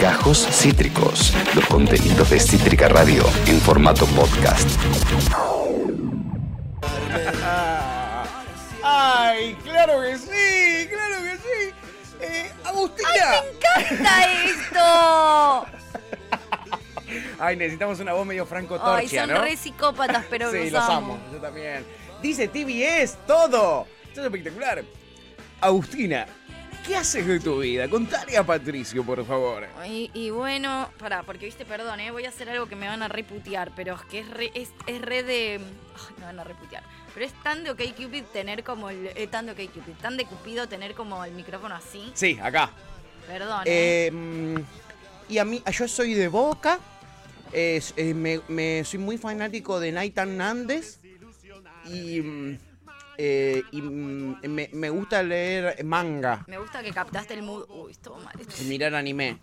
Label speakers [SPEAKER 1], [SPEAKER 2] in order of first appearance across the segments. [SPEAKER 1] Gajos Cítricos, los contenidos de Cítrica Radio en formato podcast.
[SPEAKER 2] ¡Ay, claro que sí! ¡Claro que sí! Eh, Agustina.
[SPEAKER 3] ¡Me encanta esto!
[SPEAKER 2] Ay, necesitamos una voz medio franco
[SPEAKER 3] Ay,
[SPEAKER 2] torchia,
[SPEAKER 3] son
[SPEAKER 2] ¿no?
[SPEAKER 3] re psicópatas, pero
[SPEAKER 2] sí,
[SPEAKER 3] los amo.
[SPEAKER 2] Yo también. Dice TBS todo. Esto es espectacular. Agustina, ¿qué haces de tu vida? Contale a Patricio, por favor.
[SPEAKER 3] Y, y bueno, pará, porque viste, perdón, ¿eh? voy a hacer algo que me van a reputear, pero es que es re, es, es re de. Ay, me van a reputear. Pero es tan de OK Cupid tener como el. eh, tan de OK Cupid, tan de Cupido tener como el micrófono así.
[SPEAKER 2] Sí, acá.
[SPEAKER 3] Perdón. ¿eh?
[SPEAKER 2] Eh, mm, y a mí, yo soy de Boca. es- eh, me, me- soy muy fanático de Nathan Nández. Y, mm, eh, y, mm, me, me gusta leer manga
[SPEAKER 3] Me gusta que captaste el mood. Uy, estuvo mal.
[SPEAKER 2] y mirar anime.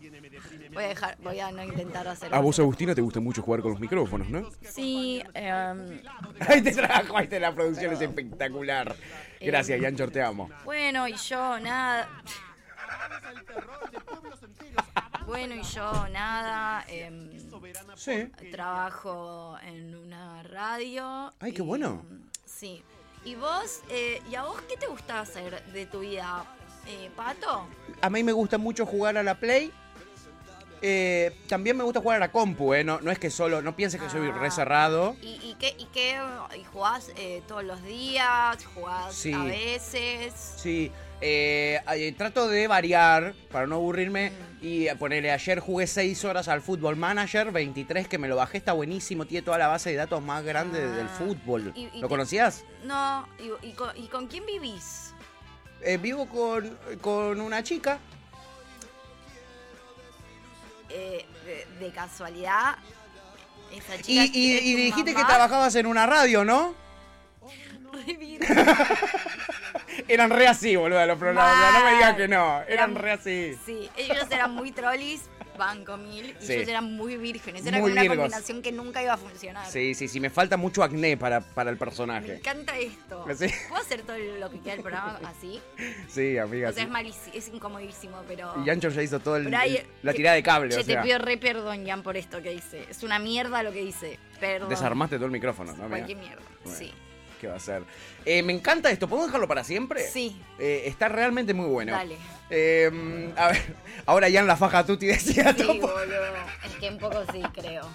[SPEAKER 3] Voy a dejar, voy a no intentar hacer.
[SPEAKER 2] A vos, Agustina, te gusta mucho jugar con los micrófonos, ¿no?
[SPEAKER 3] Sí, em,
[SPEAKER 2] Ahí te trabajo, ahí te la producción es espectacular. Gracias, Yanchor, te amo.
[SPEAKER 3] Bueno, y yo nada. Bueno, y yo nada. em,
[SPEAKER 2] Sí.
[SPEAKER 3] trabajo en una radio.
[SPEAKER 2] Ay, qué
[SPEAKER 3] y, mm,
[SPEAKER 2] bueno.
[SPEAKER 3] Sí. ¿Y vos, eh, y a vos qué te gusta hacer de tu vida, eh, Pato?
[SPEAKER 2] A mí me gusta mucho jugar a la Play. Eh, también me gusta jugar a la compu, ¿eh? No, no es que solo, no pienses que soy
[SPEAKER 3] Ah.
[SPEAKER 2] re cerrado.
[SPEAKER 3] ¿Y, y qué, y qué y jugás eh, todos los días? ¿Jugás
[SPEAKER 2] Sí.
[SPEAKER 3] a veces?
[SPEAKER 2] Sí, eh, eh, trato de variar para no aburrirme
[SPEAKER 3] Mm.
[SPEAKER 2] y eh, ponele, ayer jugué 6 horas al Fútbol Manager 23 que me lo bajé, está buenísimo, tiene toda la base de datos más grande
[SPEAKER 3] Ah.
[SPEAKER 2] del fútbol.
[SPEAKER 3] Y- y
[SPEAKER 2] ¿Lo
[SPEAKER 3] te-
[SPEAKER 2] conocías?
[SPEAKER 3] No, y, y con, ¿y con quién vivís?
[SPEAKER 2] Eh, vivo con, con una chica.
[SPEAKER 3] Eh, de, de casualidad. Esa
[SPEAKER 2] Y,
[SPEAKER 3] chica
[SPEAKER 2] y-
[SPEAKER 3] es
[SPEAKER 2] y
[SPEAKER 3] tu
[SPEAKER 2] dijiste que
[SPEAKER 3] mamá.
[SPEAKER 2] trabajabas en una radio, ¿no?
[SPEAKER 3] Re virgen.
[SPEAKER 2] Eran re así, boludo, los programas. No me digas que no, eran re así.
[SPEAKER 3] Sí, ellos eran muy trollis, banco mil, y
[SPEAKER 2] Sí.
[SPEAKER 3] ellos eran muy vírgenes. Era
[SPEAKER 2] Muy
[SPEAKER 3] como una
[SPEAKER 2] virgos.
[SPEAKER 3] combinación que nunca iba a funcionar.
[SPEAKER 2] Sí, sí, sí, me falta mucho acné para, para el
[SPEAKER 3] Me
[SPEAKER 2] personaje.
[SPEAKER 3] encanta esto.
[SPEAKER 2] Sí.
[SPEAKER 3] ¿Puedo hacer todo lo que queda del programa así?
[SPEAKER 2] Sí, amiga.
[SPEAKER 3] O sea,
[SPEAKER 2] sí.
[SPEAKER 3] es malísimo, es incomodísimo, pero...
[SPEAKER 2] Y Yancho ya hizo todo el,
[SPEAKER 3] pero hay-
[SPEAKER 2] el- la tirada de cable,
[SPEAKER 3] Che,
[SPEAKER 2] o sea.
[SPEAKER 3] te pido re perdón, Jan, por esto que hice. Es una mierda lo que hice. Perdón.
[SPEAKER 2] Desarmaste todo el micrófono, ¿no? amiga?
[SPEAKER 3] Cualquier mierda,
[SPEAKER 2] Bueno.
[SPEAKER 3] sí.
[SPEAKER 2] ¿Qué va a ser? Eh, me encanta esto, ¿podemos dejarlo para siempre?
[SPEAKER 3] Sí.
[SPEAKER 2] Eh, está realmente muy bueno.
[SPEAKER 3] Dale.
[SPEAKER 2] Eh, a ver, ahora ya en la faja Tuti decía
[SPEAKER 3] Sí,
[SPEAKER 2] topo.
[SPEAKER 3] boludo. Es que un poco sí, creo.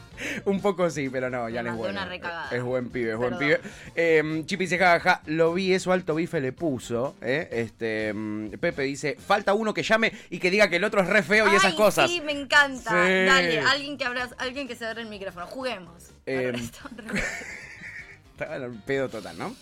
[SPEAKER 2] Un poco sí, pero no, ya
[SPEAKER 3] Me
[SPEAKER 2] no es
[SPEAKER 3] mandó
[SPEAKER 2] bueno.
[SPEAKER 3] una recagada.
[SPEAKER 2] Es buen pibe, es buen pibe.
[SPEAKER 3] Perdón.
[SPEAKER 2] Eh, Chipi dice, jajaja, lo vi, eso alto bife le puso. ¿eh? Este, mm, Pepe dice, falta uno que llame y que diga que el otro es re feo y esas
[SPEAKER 3] Ay,
[SPEAKER 2] cosas.
[SPEAKER 3] Sí, me encanta.
[SPEAKER 2] Sí.
[SPEAKER 3] Dale, alguien que abra, alguien que se abra el micrófono. Juguemos.
[SPEAKER 2] Eh,
[SPEAKER 3] Ahora está-
[SPEAKER 2] Estaba en el pedo total, ¿no?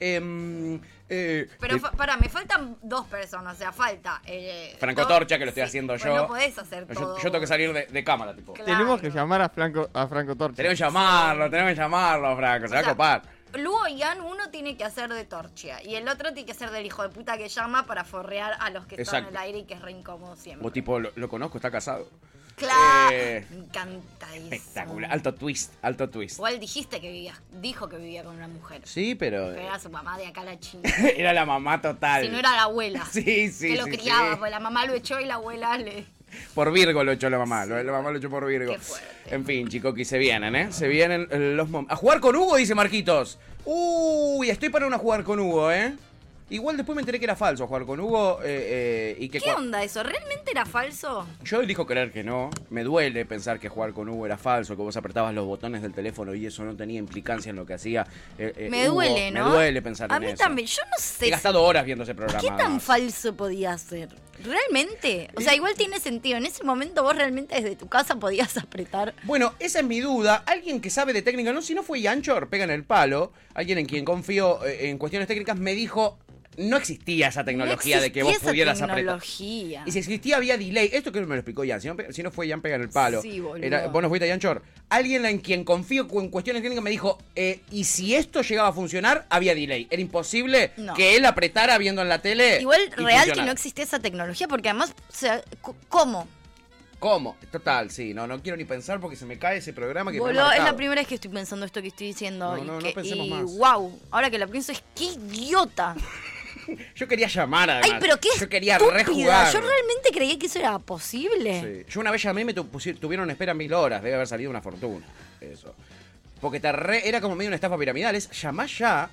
[SPEAKER 2] Em, eh,
[SPEAKER 3] Pero
[SPEAKER 2] eh,
[SPEAKER 3] fa- pará, me faltan dos personas, o sea, falta. Eh,
[SPEAKER 2] Franco
[SPEAKER 3] dos-
[SPEAKER 2] Torcha, que lo estoy
[SPEAKER 3] sí,
[SPEAKER 2] haciendo
[SPEAKER 3] pues
[SPEAKER 2] yo.
[SPEAKER 3] No podés hacer
[SPEAKER 2] yo,
[SPEAKER 3] todo.
[SPEAKER 2] yo tengo que salir de, de cámara, tipo.
[SPEAKER 3] Claro.
[SPEAKER 4] Tenemos que llamar a Franco, a Franco Torcha.
[SPEAKER 2] Tenemos que llamarlo, tenemos que llamarlo, Franco. Se
[SPEAKER 3] O
[SPEAKER 2] va a
[SPEAKER 3] sea,
[SPEAKER 2] copar.
[SPEAKER 3] Lugo y Ian, uno tiene que hacer de Torchia y el otro tiene que hacer del hijo de puta que llama para forrear a los que están
[SPEAKER 2] Exacto.
[SPEAKER 3] en el aire y que es re incómodo siempre.
[SPEAKER 2] O tipo, lo, lo conozco, está casado.
[SPEAKER 3] claro.
[SPEAKER 2] Eh,
[SPEAKER 3] me encanta eso.
[SPEAKER 2] Espectacular. Alto twist, alto twist.
[SPEAKER 3] Igual dijiste que vivías, dijo que vivía con una mujer.
[SPEAKER 2] Sí, pero.
[SPEAKER 3] Que
[SPEAKER 2] eh,
[SPEAKER 3] era su mamá de acá a la china.
[SPEAKER 2] Era la mamá total.
[SPEAKER 3] Si no era la abuela.
[SPEAKER 2] Sí, sí,
[SPEAKER 3] Que lo
[SPEAKER 2] sí,
[SPEAKER 3] criaba,
[SPEAKER 2] sí.
[SPEAKER 3] porque la mamá lo echó y la abuela le.
[SPEAKER 2] Por Virgo lo echó la mamá. lo- la mamá lo echó por Virgo.
[SPEAKER 3] Qué fuerte.
[SPEAKER 2] En fin, chicos, que se vienen, ¿eh? Se vienen eh, los momentos. A jugar con Hugo, dice Marquitos. Uy, estoy para una jugar con Hugo, ¿eh? Igual después me enteré que era falso jugar con Hugo eh, eh, y que
[SPEAKER 3] ¿Qué
[SPEAKER 2] cua-
[SPEAKER 3] onda eso? ¿Realmente era falso?
[SPEAKER 2] Yo elijo creer que no. Me duele pensar que jugar con Hugo era falso, que vos apretabas los botones del teléfono y eso no tenía implicancia en lo que hacía. eh, eh,
[SPEAKER 3] Me
[SPEAKER 2] Hugo.
[SPEAKER 3] duele, ¿no?
[SPEAKER 2] Me duele pensar
[SPEAKER 3] A
[SPEAKER 2] en
[SPEAKER 3] mí
[SPEAKER 2] eso.
[SPEAKER 3] también. Yo no sé
[SPEAKER 2] He gastado horas viendo ese programa.
[SPEAKER 3] qué tan
[SPEAKER 2] además.
[SPEAKER 3] falso podía ser. Realmente. O sea, igual tiene sentido. En ese momento vos realmente desde tu casa podías apretar.
[SPEAKER 2] Bueno, esa es mi duda. Alguien que sabe de técnica, no, si no fue Yanchor, pega en el palo. Alguien en quien confío eh, en cuestiones técnicas me dijo, no existía esa tecnología de que vos pudieras apretar.
[SPEAKER 3] tecnología.
[SPEAKER 2] Y si existía había delay. Esto creo que me lo explicó Yan. Si no, pe- si no fue Yan, pega en el palo.
[SPEAKER 3] Sí, boludo.
[SPEAKER 2] Era- vos no fuiste a Yanchor. Alguien en quien confío cu- en cuestiones técnicas me dijo, eh, y si esto llegaba a funcionar, había delay. Era imposible
[SPEAKER 3] No.
[SPEAKER 2] que él apretara viendo en la tele.
[SPEAKER 3] Igual
[SPEAKER 2] y
[SPEAKER 3] real que
[SPEAKER 2] funcionara.
[SPEAKER 3] no existía esa tecnología, porque además, o sea, cu- ¿cómo?
[SPEAKER 2] ¿Cómo? Total, sí. No, no quiero ni pensar porque se me cae ese programa que me ha
[SPEAKER 3] Boludo, es la
[SPEAKER 2] marcado.
[SPEAKER 3] primera vez que estoy pensando esto que estoy diciendo.
[SPEAKER 2] No,
[SPEAKER 3] y
[SPEAKER 2] no, no
[SPEAKER 3] que,
[SPEAKER 2] pensemos más.
[SPEAKER 3] wow, ahora que la pienso es qué idiota.
[SPEAKER 2] Yo quería llamar además.
[SPEAKER 3] Ay, pero qué
[SPEAKER 2] Yo quería
[SPEAKER 3] estúpida.
[SPEAKER 2] rejugar.
[SPEAKER 3] Yo realmente creía que eso era posible.
[SPEAKER 2] Sí. Yo una vez llamé y me tu- pusi- tuvieron en espera mil horas. Debe haber salido una fortuna. Eso. Porque te re- era como medio una estafa piramidal. Es llamá ya.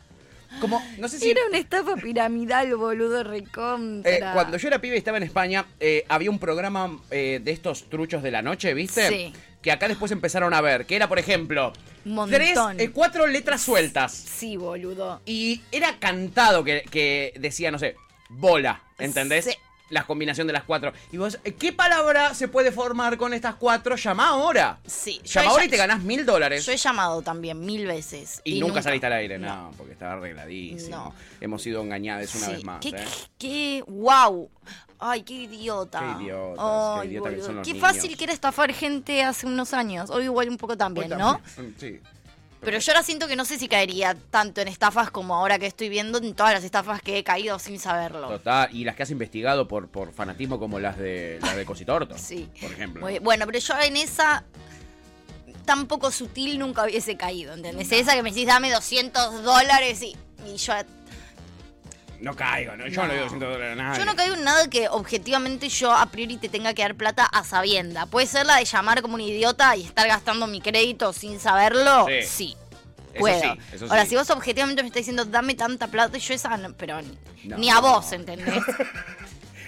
[SPEAKER 2] Como, no sé si.
[SPEAKER 3] Era una estafa piramidal, boludo, recontra.
[SPEAKER 2] Eh, cuando yo era pibe y estaba en España, eh, había un programa eh, de estos truchos de la noche, ¿viste?
[SPEAKER 3] Sí.
[SPEAKER 2] Que acá después empezaron a ver, que era, por ejemplo,
[SPEAKER 3] Montón.
[SPEAKER 2] tres, eh, cuatro letras sueltas.
[SPEAKER 3] Sí, boludo.
[SPEAKER 2] Y era cantado que, que decía, no sé, bola, ¿entendés?
[SPEAKER 3] Sí.
[SPEAKER 2] La combinación de las cuatro. Y vos, eh, ¿qué palabra se puede formar con estas cuatro? Llama ahora.
[SPEAKER 3] Sí, yo
[SPEAKER 2] Llama
[SPEAKER 3] he-
[SPEAKER 2] ahora y te ganás mil dólares.
[SPEAKER 3] Yo he llamado también mil veces.
[SPEAKER 2] Y, nunca, saliste al aire,
[SPEAKER 3] No.
[SPEAKER 2] no, porque estaba arregladísimo.
[SPEAKER 3] No.
[SPEAKER 2] Hemos sido engañadas una
[SPEAKER 3] Sí,
[SPEAKER 2] vez más.
[SPEAKER 3] Qué,
[SPEAKER 2] ¿eh?
[SPEAKER 3] qué- wow. Ay, qué idiota.
[SPEAKER 2] Qué idiotas, qué
[SPEAKER 3] Ay,
[SPEAKER 2] idiotas que
[SPEAKER 3] boludo.
[SPEAKER 2] son los
[SPEAKER 3] Qué
[SPEAKER 2] niños.
[SPEAKER 3] fácil que era estafar gente hace unos años. Hoy igual un poco también, ¿no?
[SPEAKER 2] Sí.
[SPEAKER 3] Pero yo ahora siento que no sé si caería tanto en estafas como ahora que estoy viendo en todas las estafas que he caído sin saberlo.
[SPEAKER 2] Total, y las que has investigado por, por fanatismo como las de las de Cositorto,
[SPEAKER 3] Sí.
[SPEAKER 2] por ejemplo.
[SPEAKER 3] Muy- Bueno, pero yo en esa tan poco sutil nunca hubiese caído, ¿entendés? Esa que me decís dame 200 dólares y, y yo...
[SPEAKER 2] Ah, No caigo, ¿no? yo no, le doy 200 dólares a nadie.
[SPEAKER 3] Yo no caigo en nada que objetivamente yo a priori te tenga que dar plata a sabienda. Puede ser la de llamar como un idiota y estar gastando mi crédito sin saberlo.
[SPEAKER 2] Sí.
[SPEAKER 3] Sí.
[SPEAKER 2] Eso
[SPEAKER 3] Puedo.
[SPEAKER 2] sí, eso
[SPEAKER 3] Ahora,
[SPEAKER 2] sí.
[SPEAKER 3] si vos objetivamente me estás diciendo dame tanta plata, yo esa no, pero ni,
[SPEAKER 2] No.
[SPEAKER 3] ni a vos, ¿entendés?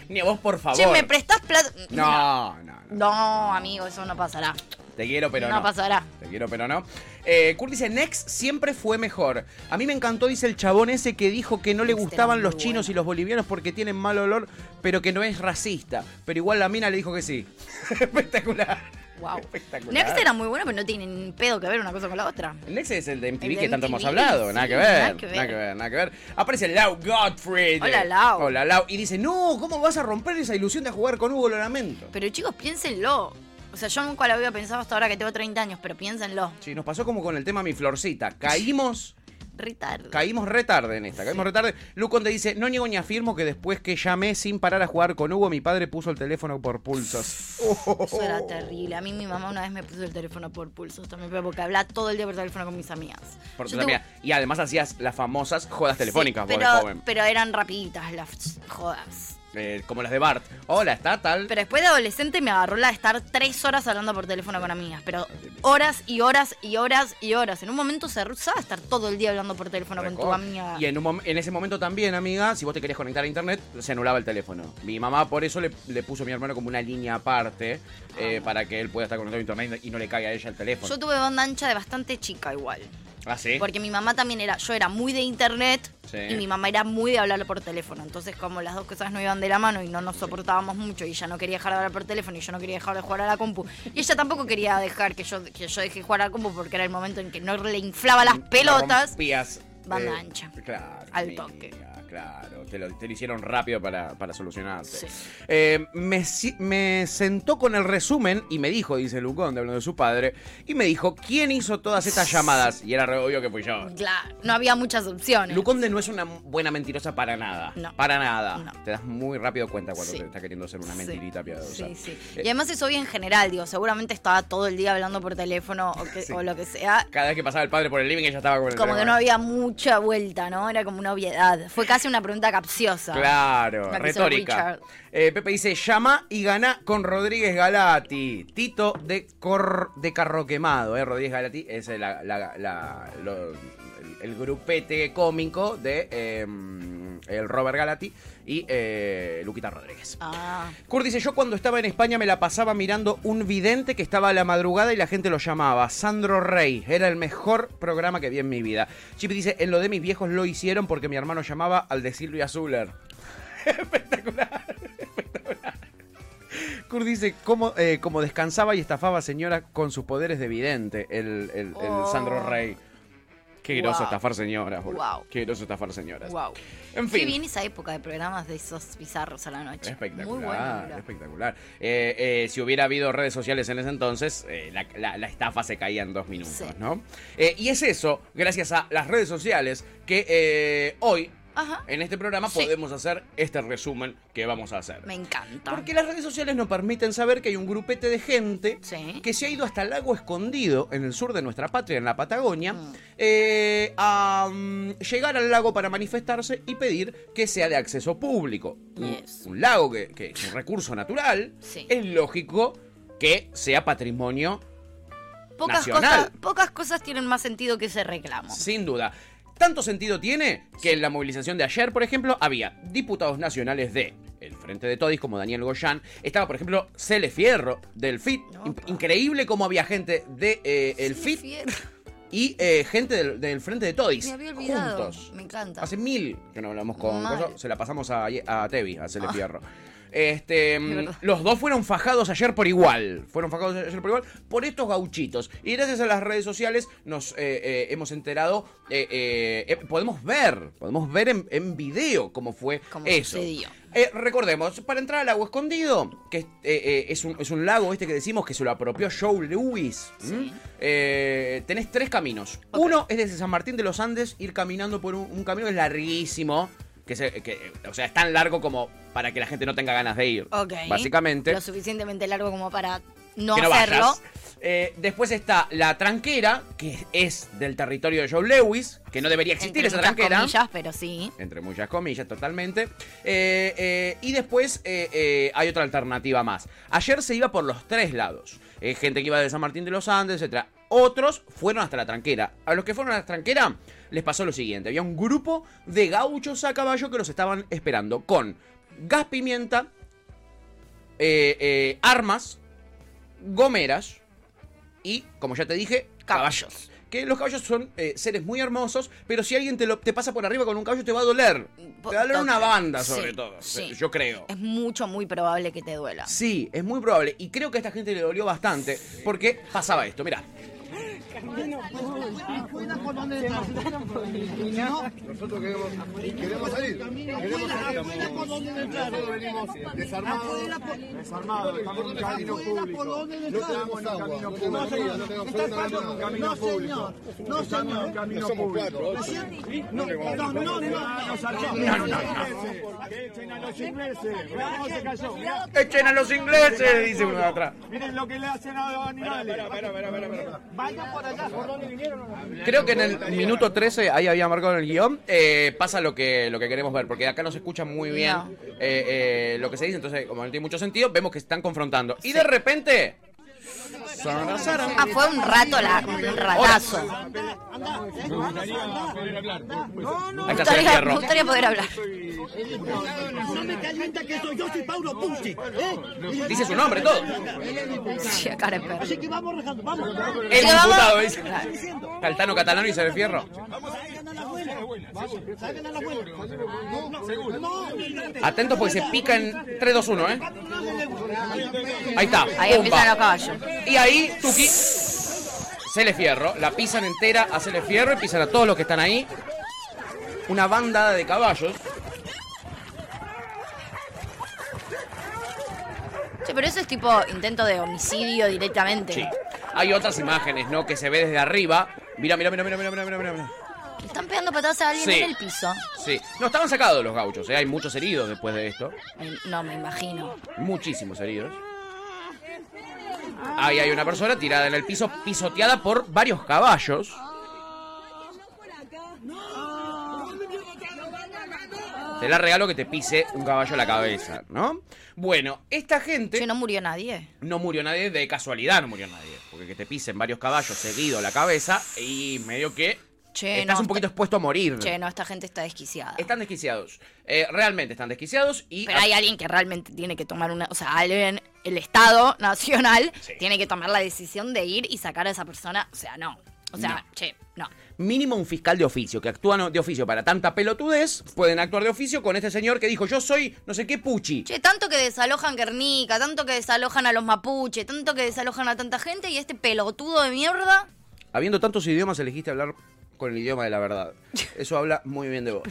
[SPEAKER 2] Ni a vos, por favor.
[SPEAKER 3] Che, ¿me prestás plata?
[SPEAKER 2] no, no, no,
[SPEAKER 3] No, amigo, eso no pasará.
[SPEAKER 2] Te quiero, pero no.
[SPEAKER 3] no, pasará.
[SPEAKER 2] Te quiero, pero no. Eh, Kurt dice, Next siempre fue mejor. A mí me encantó, dice el chabón ese que dijo que no le
[SPEAKER 3] Next era
[SPEAKER 2] gustaban
[SPEAKER 3] muy
[SPEAKER 2] los chinos
[SPEAKER 3] bueno.
[SPEAKER 2] y los bolivianos porque tienen mal olor, pero que no es racista. Pero igual la mina le dijo que sí. Espectacular.
[SPEAKER 3] Wow.
[SPEAKER 2] Espectacular.
[SPEAKER 3] Next era muy bueno, pero no tiene ni pedo que ver una cosa con la otra.
[SPEAKER 2] El Next es el de MTV
[SPEAKER 3] El de
[SPEAKER 2] que tanto hemos
[SPEAKER 3] MTV,
[SPEAKER 2] hablado,
[SPEAKER 3] sí,
[SPEAKER 2] nada, que ver, nada que ver, nada que ver, Aparece Lau Godfrey.
[SPEAKER 3] Hola, Lau.
[SPEAKER 2] Hola Lau. Y dice, no, ¿cómo vas a romper esa ilusión de jugar con Hugo Loramento?
[SPEAKER 3] Pero chicos, piénsenlo. O sea, yo nunca lo había pensado hasta ahora que tengo 30 años, pero piénsenlo.
[SPEAKER 2] Sí, nos pasó como con el tema Mi Florcita. Caímos,
[SPEAKER 3] Ritardo.
[SPEAKER 2] caímos retarde en esta, caímos retarde. Luconde dice, no niego ni afirmo que después que llamé sin parar a jugar con Hugo, mi padre puso el teléfono por pulsos.
[SPEAKER 3] Eso era terrible. A mí mi mamá una vez me puso el teléfono por pulsos también, pero porque hablaba todo el día por teléfono con mis amigas.
[SPEAKER 2] Por
[SPEAKER 3] Yo
[SPEAKER 2] tu
[SPEAKER 3] tengo-
[SPEAKER 2] amiga. Y además hacías las famosas jodas telefónicas,
[SPEAKER 3] Sí,
[SPEAKER 2] vos de
[SPEAKER 3] pero,
[SPEAKER 2] joven.
[SPEAKER 3] pero eran rapiditas las jodas.
[SPEAKER 2] Eh, como las de Bart. Hola, está tal.
[SPEAKER 3] Pero después de adolescente me agarró la de estar tres horas hablando por teléfono con amigas, pero horas y horas y horas y horas. En un momento se rehusaba a estar todo el día hablando por teléfono con tu
[SPEAKER 2] Record.
[SPEAKER 3] amiga.
[SPEAKER 2] Y en, un mom- en ese momento también, amiga, si vos te querías conectar a internet, se anulaba el teléfono. Mi mamá por eso le, le puso a mi hermano como una línea aparte eh,
[SPEAKER 3] Ah.
[SPEAKER 2] para que él pueda estar conectado a internet y no le caiga a ella el teléfono.
[SPEAKER 3] Yo tuve banda ancha de bastante chica igual.
[SPEAKER 2] ah, sí.
[SPEAKER 3] Porque mi mamá también era, yo era muy de internet
[SPEAKER 2] Sí.
[SPEAKER 3] y mi mamá era muy de hablar por teléfono. Entonces, como las dos cosas no iban de la mano y no nos soportábamos mucho, y ella no quería dejar de hablar por teléfono y yo no quería dejar de jugar a la compu. Y ella tampoco quería dejar que yo, que yo deje de jugar a la compu porque era el momento en que no le inflaba las pelotas.
[SPEAKER 2] Rompías, eh,
[SPEAKER 3] Banda ancha.
[SPEAKER 2] Claro.
[SPEAKER 3] Al
[SPEAKER 2] amiga,
[SPEAKER 3] toque.
[SPEAKER 2] Claro, te lo, te lo hicieron rápido para, para solucionarte.
[SPEAKER 3] Sí.
[SPEAKER 2] Eh, me, si- me sentó con el resumen y me dijo, dice Lucón, hablando de su padre, y me dijo, ¿quién hizo todas estas llamadas? Y era re obvio que fui yo.
[SPEAKER 3] Claro, no había muchas opciones.
[SPEAKER 2] Luconde no es una buena mentirosa para nada.
[SPEAKER 3] No.
[SPEAKER 2] Para nada.
[SPEAKER 3] No.
[SPEAKER 2] Te das muy rápido cuenta cuando
[SPEAKER 3] Sí.
[SPEAKER 2] te está queriendo hacer una
[SPEAKER 3] Sí.
[SPEAKER 2] mentirita piadosa.
[SPEAKER 3] Sí, sí.
[SPEAKER 2] Eh,
[SPEAKER 3] Y em además eso hoy en general, digo, seguramente estaba todo el día hablando por teléfono o, que-
[SPEAKER 2] Sí.
[SPEAKER 3] o lo que sea.
[SPEAKER 2] cada vez que pasaba el padre por el living ella estaba con el
[SPEAKER 3] Como que
[SPEAKER 2] teléfono.
[SPEAKER 3] no había mucha vuelta, ¿no? Era como una obviedad. Fue casi una pregunta capciosa.
[SPEAKER 2] Claro,
[SPEAKER 3] La que hizo
[SPEAKER 2] retórica.
[SPEAKER 3] Richard.
[SPEAKER 2] Eh, Pepe dice, llama y gana con Rodríguez Galati. Tito de, cor- de carro quemado. eh. Rodríguez Galati es la- la- la- lo- el, el grupete cómico de eh, el Robert Galati y eh, Luquita Rodríguez.
[SPEAKER 3] Ah.
[SPEAKER 2] Kurt dice, yo cuando estaba en España me la pasaba mirando un vidente que estaba a la madrugada y la gente lo llamaba. Sandro Rey, era el mejor programa que vi en mi vida. Chip dice, en lo de mis viejos lo hicieron porque mi hermano llamaba al de Silvia Zuller. Kurt dice, ¿cómo, eh, cómo descansaba y estafaba a señora con sus poderes de vidente, el, el- el
[SPEAKER 3] Oh.
[SPEAKER 2] Sandro Rey. Qué groso
[SPEAKER 3] Wow.
[SPEAKER 2] estafar señoras, boludo.
[SPEAKER 3] Wow.
[SPEAKER 2] Qué groso estafar señoras.
[SPEAKER 3] Wow.
[SPEAKER 2] En fin.
[SPEAKER 3] Qué bien esa época de programas de esos bizarros a la noche.
[SPEAKER 2] Espectacular,
[SPEAKER 3] Muy bueno. era.
[SPEAKER 2] espectacular. Eh, eh, si hubiera habido redes sociales en ese entonces, eh, la, la- la estafa se caía en dos minutos,
[SPEAKER 3] Sí.
[SPEAKER 2] ¿no? Eh, y es eso, gracias a las redes sociales, que eh, hoy
[SPEAKER 3] Ajá.
[SPEAKER 5] En este programa
[SPEAKER 3] Sí.
[SPEAKER 5] podemos hacer este resumen que vamos a hacer.
[SPEAKER 3] Me encanta.
[SPEAKER 2] Porque las redes sociales nos permiten saber que hay un grupete de gente
[SPEAKER 3] Sí.
[SPEAKER 2] que se ha ido hasta el lago escondido, en el sur de nuestra patria, en la Patagonia,
[SPEAKER 3] Mm.
[SPEAKER 2] eh, a mm, llegar al lago para manifestarse y pedir que sea de acceso público. Un-
[SPEAKER 3] Yes.
[SPEAKER 2] Un, lago que, que es un recurso natural,
[SPEAKER 3] Sí.
[SPEAKER 2] es lógico que sea patrimonio,
[SPEAKER 3] Pocas
[SPEAKER 2] Nacional.
[SPEAKER 3] cosas, pocas cosas tienen más sentido que ese reclamo.
[SPEAKER 2] sin duda. Tanto sentido tiene que en la movilización de ayer, por ejemplo, había diputados nacionales de el Frente de Todis, como Daniel Goyán. Estaba, por ejemplo, Cele Fierro, del FIT.
[SPEAKER 3] No,
[SPEAKER 2] In-
[SPEAKER 3] pa.
[SPEAKER 2] Increíble cómo había gente de eh, el
[SPEAKER 3] Sí,
[SPEAKER 2] FIT
[SPEAKER 3] fiero.
[SPEAKER 2] y eh, gente del, del Frente de Todis.
[SPEAKER 3] Me había olvidado.
[SPEAKER 2] Juntos.
[SPEAKER 3] Me encanta.
[SPEAKER 2] Hace mil que no hablamos con
[SPEAKER 3] Mal. Ah.
[SPEAKER 2] coso, Se la pasamos a, a Tevi, a Cele Fierro. Este, mm,
[SPEAKER 3] verdad.
[SPEAKER 2] los dos fueron fajados ayer por igual. Fueron fajados ayer por igual por estos gauchitos. Y gracias a las redes sociales nos eh, eh, hemos enterado. eh, eh, eh, podemos ver, podemos ver en, en video cómo fue
[SPEAKER 3] Cómo
[SPEAKER 2] eso.
[SPEAKER 3] sucedió.
[SPEAKER 2] Eh, recordemos, para entrar al lago escondido, que es, eh, eh, es un, es un lago este que decimos que se lo apropió Joe Lewis, ¿m? Eh, tenés tres caminos. Uno es desde San Martín de los Andes, ir caminando por un, un camino que es larguísimo, que, se- que, o sea, es tan largo como para que la gente no tenga ganas de ir,
[SPEAKER 3] Ok.
[SPEAKER 2] básicamente.
[SPEAKER 3] Lo suficientemente largo como para no
[SPEAKER 2] que no
[SPEAKER 3] hacerlo.
[SPEAKER 2] vayas. Eh, después está la tranquera, que es del territorio de Joe Lewis, que no debería existir
[SPEAKER 3] Entre
[SPEAKER 2] esa
[SPEAKER 3] muchas
[SPEAKER 2] tranquera
[SPEAKER 3] comillas, pero sí.
[SPEAKER 2] entre muchas comillas, totalmente. Eh, eh, y después eh, eh, hay otra alternativa más. Ayer se iba por los tres lados. Eh, gente que iba de San Martín de los Andes, etc. Otros fueron hasta la tranquera. A los que fueron a la tranquera les pasó lo siguiente. Había un grupo de gauchos a caballo que los estaban esperando con gas pimienta, eh, eh, armas, gomeras y, como ya te dije,
[SPEAKER 3] Caballos.
[SPEAKER 2] caballos. Que los caballos son eh, seres muy hermosos, pero si alguien te, lo- te pasa por arriba con un caballo te va a doler. Te va a doler una banda, sobre
[SPEAKER 3] Sí,
[SPEAKER 2] todo.
[SPEAKER 3] sí.
[SPEAKER 2] Yo creo.
[SPEAKER 3] Es mucho, muy probable que te duela.
[SPEAKER 2] Sí, es muy probable. Y creo que a esta gente le dolió bastante porque pasaba esto, mirá.
[SPEAKER 6] Nosotros queremos, queremos salir. Queremos salir. Nosotros venimos desarmados. Desarmados. Estamos en un camino público. No tenemos agua. No tenemos comida, No tenemos absolutamente
[SPEAKER 7] No,
[SPEAKER 6] nada.
[SPEAKER 7] señor. No,
[SPEAKER 6] Estamos en un
[SPEAKER 7] señor.
[SPEAKER 6] camino público.
[SPEAKER 7] No, no, no, no, no.
[SPEAKER 6] Que echen a los ingleses. Mirá cómo se cayó. Mirá.
[SPEAKER 2] ¡Echen a los ingleses! Dice uno de atrás.
[SPEAKER 6] Miren lo que le hacen a los animales. Vayan por allá. ¿Por dónde vinieron?
[SPEAKER 2] Creo que en el minuto 13, ahí había marcado en el guión, eh, pasa lo que, lo que queremos ver, porque acá no se escucha muy bien
[SPEAKER 3] No.
[SPEAKER 2] eh, eh, lo que se dice, entonces como no tiene mucho sentido, vemos que se están confrontando. Y de repente... Sara, Sara.
[SPEAKER 3] Ah, fue un rato la, un ratazo.
[SPEAKER 7] Pues,
[SPEAKER 2] Ahí está Cele
[SPEAKER 3] Gustaría,
[SPEAKER 2] Fierro.
[SPEAKER 3] gustaría poder hablar.
[SPEAKER 7] No me calienta que soy yo, soy Paulo Pucci. ¿eh?
[SPEAKER 2] Dice su nombre, todo.
[SPEAKER 3] Sí, a cara de perro.
[SPEAKER 7] Así que vamos, rejando, vamos.
[SPEAKER 2] El
[SPEAKER 3] Sí, vamos.
[SPEAKER 2] diputado, dice. Caltano catalano y se le fierro.
[SPEAKER 7] Salgan a la abuela. Salgan a la abuela. No, no, no.
[SPEAKER 2] Atentos porque se pica en 3, 2, 1, ¿eh? Ahí está.
[SPEAKER 3] Ahí empiezan los
[SPEAKER 2] pumba.
[SPEAKER 3] caballos.
[SPEAKER 2] Y ahí, Tuki. Se le fierro. La pisan entera a se le fierro y pisan a todos los que están ahí. Una bandada de caballos.
[SPEAKER 3] Che, pero eso es tipo intento de homicidio directamente.
[SPEAKER 2] Sí. Hay otras imágenes, ¿no? Que se ve desde arriba. Mira, mira, mira, mira, mira, mira, mira, mira.
[SPEAKER 3] Le están pegando patadas a alguien
[SPEAKER 2] Sí.
[SPEAKER 3] en el piso.
[SPEAKER 2] Sí. No, estaban sacados los gauchos, ¿eh? Hay muchos heridos después de esto.
[SPEAKER 3] Me- No, me imagino.
[SPEAKER 2] Muchísimos heridos. Ahí hay una persona tirada en el piso, pisoteada por varios caballos. Te la regalo que te pise un caballo a la cabeza, ¿no? Bueno, esta
[SPEAKER 3] Che,
[SPEAKER 2] gente
[SPEAKER 3] no murió nadie.
[SPEAKER 2] no murió nadie, de casualidad no murió nadie. Porque que te pisen varios caballos seguido a la cabeza y medio que
[SPEAKER 3] Che,
[SPEAKER 2] estás
[SPEAKER 3] no,
[SPEAKER 2] un poquito
[SPEAKER 3] está-
[SPEAKER 2] expuesto a morir.
[SPEAKER 3] Che, no, esta gente está desquiciada.
[SPEAKER 2] Están desquiciados. Eh, realmente están desquiciados y...
[SPEAKER 3] Pero hay alguien que realmente tiene que tomar una. O sea, alguien, el Estado Nacional,
[SPEAKER 2] Sí.
[SPEAKER 3] tiene que tomar la decisión de ir y sacar a esa persona. O sea, no. O sea, che, no.
[SPEAKER 2] mínimo un fiscal de oficio, que actúan de oficio para tanta pelotudez, pueden actuar de oficio con este señor que dijo, yo soy no sé qué puchi.
[SPEAKER 3] Che, tanto que desalojan Guernica, tanto que desalojan a los mapuches, tanto que desalojan a tanta gente y este pelotudo de mierda.
[SPEAKER 2] Habiendo tantos idiomas, elegiste hablar con el idioma de la verdad. Eso habla muy bien de vos.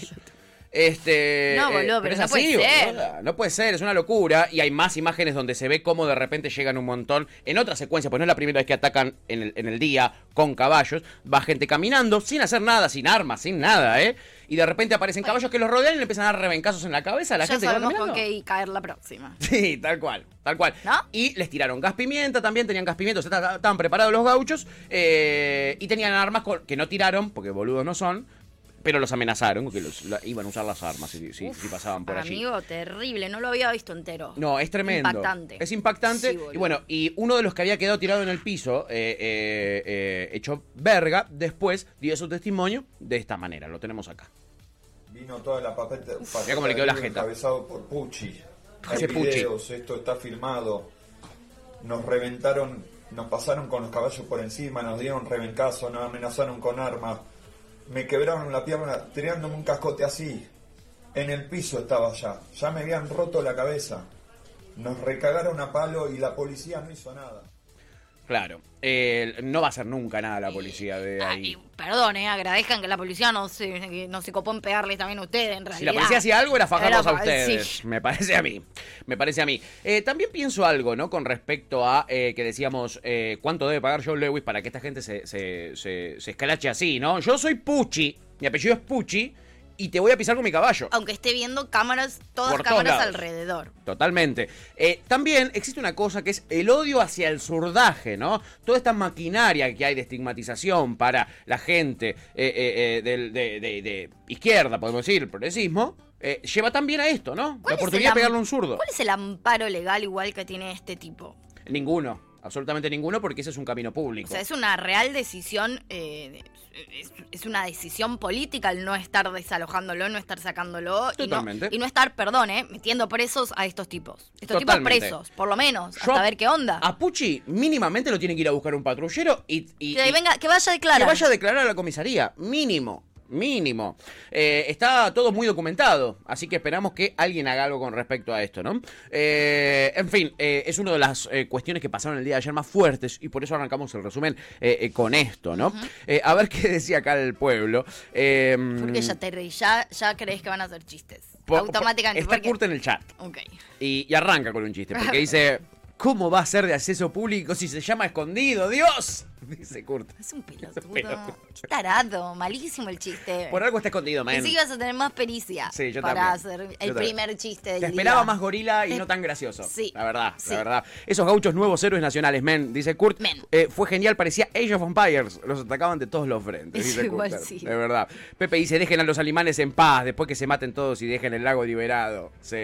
[SPEAKER 2] Este,
[SPEAKER 3] No,
[SPEAKER 2] eh,
[SPEAKER 3] boludo, pero
[SPEAKER 2] es
[SPEAKER 3] no
[SPEAKER 2] así,
[SPEAKER 3] puede ser.
[SPEAKER 2] boluda, No puede ser, es una locura. Y hay más imágenes donde se ve cómo de repente llegan un montón. En otra secuencia, pues no es la primera vez que atacan en el, en el día con caballos. Va gente caminando sin hacer nada, sin armas, sin nada, ¿eh? Y de repente aparecen caballos que los rodean y le empiezan a dar rebencazos en la cabeza a la
[SPEAKER 3] ya
[SPEAKER 2] gente "Ah, que va
[SPEAKER 3] sabemos con
[SPEAKER 2] caminando.
[SPEAKER 3] qué y caer la próxima.
[SPEAKER 2] Sí, tal cual, tal cual.
[SPEAKER 3] ¿No?
[SPEAKER 2] Y les tiraron gas pimienta también, tenían gas pimienta, o sea, ta- estaban preparados los gauchos eh, y tenían armas con- que no tiraron, porque boludos no son, pero los amenazaron, con que los, la- iban a usar las armas si, si- si pasaban por allí.
[SPEAKER 3] Amigo, terrible, no lo había visto entero.
[SPEAKER 2] No, es tremendo.
[SPEAKER 3] Impactante.
[SPEAKER 2] Es impactante.
[SPEAKER 3] Sí, boludo.
[SPEAKER 2] y bueno, y uno de los que había quedado tirado en el piso, eh, eh, eh, hecho verga, después dio su testimonio de esta manera. Lo tenemos acá.
[SPEAKER 8] Vino toda la papeta,
[SPEAKER 2] mirá cómo le quedó la
[SPEAKER 8] papeta
[SPEAKER 2] jeta.
[SPEAKER 8] encabezado por Pucci. Hay
[SPEAKER 2] Ese Pucci.
[SPEAKER 8] videos, esto está filmado. Nos reventaron, nos pasaron con los caballos por encima, nos dieron rebencazo, nos amenazaron con armas. Me quebraron la pierna tirándome un cascote así. En el piso estaba ya. Ya me habían roto la cabeza. Nos recagaron a palo y la policía no hizo nada.
[SPEAKER 2] Claro. Eh, no va a hacer nunca nada la policía de
[SPEAKER 3] Ah,
[SPEAKER 2] ahí.
[SPEAKER 3] y perdón, eh, agradezcan que la policía no se, que no se copó en pegarles también a ustedes, en realidad.
[SPEAKER 2] Si la policía hacía algo era fajarlos
[SPEAKER 3] Era
[SPEAKER 2] a
[SPEAKER 3] fa-
[SPEAKER 2] ustedes.
[SPEAKER 3] sí.
[SPEAKER 2] Me parece a mí. Me parece a mí. Eh, también pienso algo, ¿no? Con respecto a eh, que decíamos eh, cuánto debe pagar Joe Lewis para que esta gente se, se, se- se escalache así, ¿no? Yo soy Pucci, mi apellido es Pucci, y te voy a pisar con mi caballo.
[SPEAKER 3] Aunque esté viendo cámaras, todas
[SPEAKER 2] Por todos
[SPEAKER 3] cámaras
[SPEAKER 2] lados.
[SPEAKER 3] alrededor.
[SPEAKER 2] Totalmente. Eh, también existe una cosa que es el odio hacia el surdaje, ¿no? Toda esta maquinaria que hay de estigmatización para la gente eh, eh, eh, del- de, de- de izquierda, podemos decir, el progresismo, eh, lleva también a esto, ¿no? La
[SPEAKER 3] ¿Cuál es
[SPEAKER 2] oportunidad de
[SPEAKER 3] am-
[SPEAKER 2] pegarle a un zurdo.
[SPEAKER 3] ¿Cuál es el amparo legal igual que tiene este tipo?
[SPEAKER 2] Ninguno, absolutamente ninguno, porque ese es un camino
[SPEAKER 3] O
[SPEAKER 2] público.
[SPEAKER 3] sea, es una real decisión, eh, es, es una decisión política el no estar desalojándolo, no estar sacándolo. y no-
[SPEAKER 2] Totalmente.
[SPEAKER 3] Y no, estar, perdón, eh, metiendo presos a estos tipos. Estos
[SPEAKER 2] Totalmente.
[SPEAKER 3] tipos presos, por lo menos,
[SPEAKER 2] Yo
[SPEAKER 3] hasta ver qué onda.
[SPEAKER 2] A Pucci mínimamente lo tiene que ir a buscar un patrullero y, y-
[SPEAKER 3] que,
[SPEAKER 2] y-
[SPEAKER 3] venga, que vaya a declarar.
[SPEAKER 2] Que vaya a declarar a la comisaría, mínimo, mínimo. Eh, está todo muy documentado, así que esperamos que alguien haga algo con respecto a esto, ¿no? Eh, en fin, eh, es una de las eh, cuestiones que pasaron el día de ayer más fuertes y por eso arrancamos el resumen eh, eh, con esto, ¿no? Eh, a ver qué decía acá el pueblo. Eh,
[SPEAKER 3] Porque ya te reí, ya, ya crees que van a hacer chistes.
[SPEAKER 2] po-
[SPEAKER 3] Automáticamente.
[SPEAKER 2] Está
[SPEAKER 3] porque-
[SPEAKER 2] curta en el chat.
[SPEAKER 3] Ok.
[SPEAKER 2] Y, y arranca con un chiste, porque dice, ¿cómo va a ser de acceso público si se llama escondido? Dios, dice Kurt.
[SPEAKER 3] Es un pelotudo. Qué tarado, malísimo el chiste.
[SPEAKER 2] Por algo está escondido, man.
[SPEAKER 3] Pensé que ibas a tener más pericia
[SPEAKER 2] Sí, yo
[SPEAKER 3] para
[SPEAKER 2] también.
[SPEAKER 3] hacer
[SPEAKER 2] Yo
[SPEAKER 3] el
[SPEAKER 2] también.
[SPEAKER 3] primer chiste del
[SPEAKER 2] Te esperaba
[SPEAKER 3] día.
[SPEAKER 2] más gorila y
[SPEAKER 3] Te-
[SPEAKER 2] no tan gracioso.
[SPEAKER 3] Eh, Sí.
[SPEAKER 2] La verdad,
[SPEAKER 3] Sí.
[SPEAKER 2] la verdad. Esos gauchos nuevos héroes nacionales, men, dice Kurt.
[SPEAKER 3] Men.
[SPEAKER 2] Eh, fue genial, parecía Age of Empires. Los atacaban de todos los frentes.
[SPEAKER 3] Es
[SPEAKER 2] Dice
[SPEAKER 3] igual,
[SPEAKER 2] Kurt.
[SPEAKER 3] sí.
[SPEAKER 2] De verdad. Pepe dice, dejen a los alemanes en paz, después que se maten todos y dejen el lago liberado. Sí.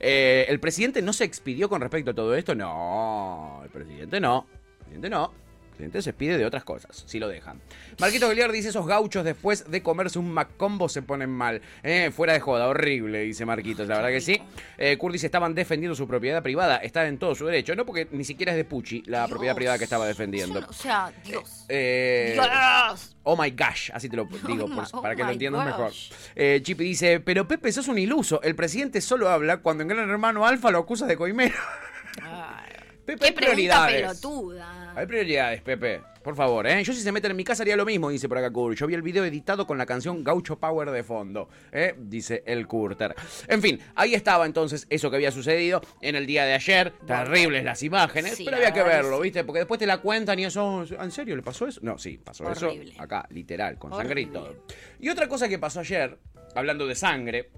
[SPEAKER 2] Eh, ¿El presidente no se expidió con respecto a todo esto? No, el presidente no. El presidente no. El presidente se expide de otras cosas, si lo dejan. Marquito Goliar dice, esos gauchos después de comerse un Macombo se ponen mal. Eh, fuera de joda, horrible, dice Marquitos, la verdad que sí. Eh, Kurt dice, estaban defendiendo su propiedad privada, están en todo su derecho. No porque ni siquiera es de Pucci la propiedad
[SPEAKER 3] Dios.
[SPEAKER 2] privada que estaba defendiendo.
[SPEAKER 3] Yo no- O sea, Dios.
[SPEAKER 2] Eh,
[SPEAKER 3] Dios.
[SPEAKER 2] Oh my gosh, así te lo digo,
[SPEAKER 3] Oh my-
[SPEAKER 2] pues,
[SPEAKER 3] oh
[SPEAKER 2] para que lo
[SPEAKER 3] my
[SPEAKER 2] entiendas
[SPEAKER 3] gosh.
[SPEAKER 2] mejor. Eh, Chippy dice, pero Pepe, sos un iluso. El presidente solo habla cuando en Gran Hermano Alfa lo acusas de coimero.
[SPEAKER 3] Ay,
[SPEAKER 2] Pepe,
[SPEAKER 3] Qué
[SPEAKER 2] hay
[SPEAKER 3] pregunta
[SPEAKER 2] prioridades.
[SPEAKER 3] pelotuda.
[SPEAKER 2] Hay prioridades, Pepe. Por favor, ¿eh? Yo si se meten en mi casa haría lo mismo, dice por acá Kurt. Yo vi el video editado con la canción Gaucho Power de fondo, ¿eh? Dice el Curter. En fin, ahí estaba entonces eso que había sucedido en el día de ayer. Terribles las imágenes,
[SPEAKER 3] Sí,
[SPEAKER 2] pero
[SPEAKER 3] la
[SPEAKER 2] había que
[SPEAKER 3] verdad que
[SPEAKER 2] verlo,
[SPEAKER 3] sí.
[SPEAKER 2] ¿viste? Porque después te la cuentan y eso... ¿En serio le pasó eso? No, sí, pasó
[SPEAKER 3] Horrible.
[SPEAKER 2] eso. Acá, literal, con sangre y
[SPEAKER 3] Horrible.
[SPEAKER 2] todo. Y otra cosa que pasó ayer, hablando de sangre...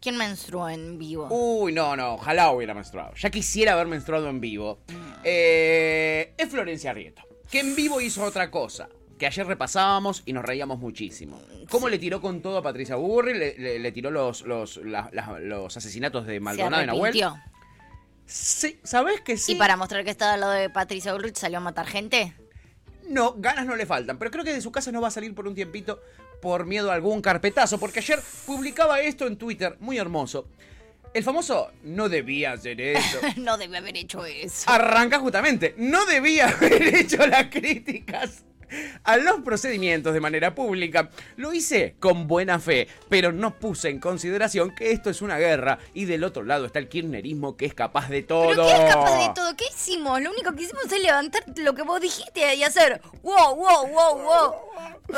[SPEAKER 3] ¿Quién menstruó en vivo?
[SPEAKER 2] Uy, no, no, ojalá hubiera menstruado. Ya quisiera haber menstruado en vivo. Eh, es Florencia Rieto, que en vivo hizo otra cosa, que ayer repasábamos y nos reíamos muchísimo. ¿Cómo le tiró con todo a Patricia Burri? Le, le- le tiró los, los, la- la- los asesinatos de
[SPEAKER 3] se
[SPEAKER 2] Maldonado y Nahuel.
[SPEAKER 3] arrepintió.
[SPEAKER 2] Sí, ¿sabés que sí?
[SPEAKER 3] Y para mostrar que estaba al lado de Patricia Bullrich salió a matar gente.
[SPEAKER 2] No, ganas no le faltan, pero creo que de su casa no va a salir por un tiempito por miedo a algún carpetazo, porque ayer publicaba esto en Twitter, muy hermoso. El famoso, no debía hacer eso.
[SPEAKER 3] no debe haber hecho eso.
[SPEAKER 2] arranca justamente. No debía haber hecho las críticas a los procedimientos de manera pública. Lo hice con buena fe, pero no puse en consideración que esto es una guerra y del otro lado está el kirchnerismo que es capaz de todo.
[SPEAKER 3] ¿Pero qué es capaz de todo? ¿Qué hicimos? Lo único que hicimos es levantar lo que vos dijiste y hacer wow, wow, wow, wow.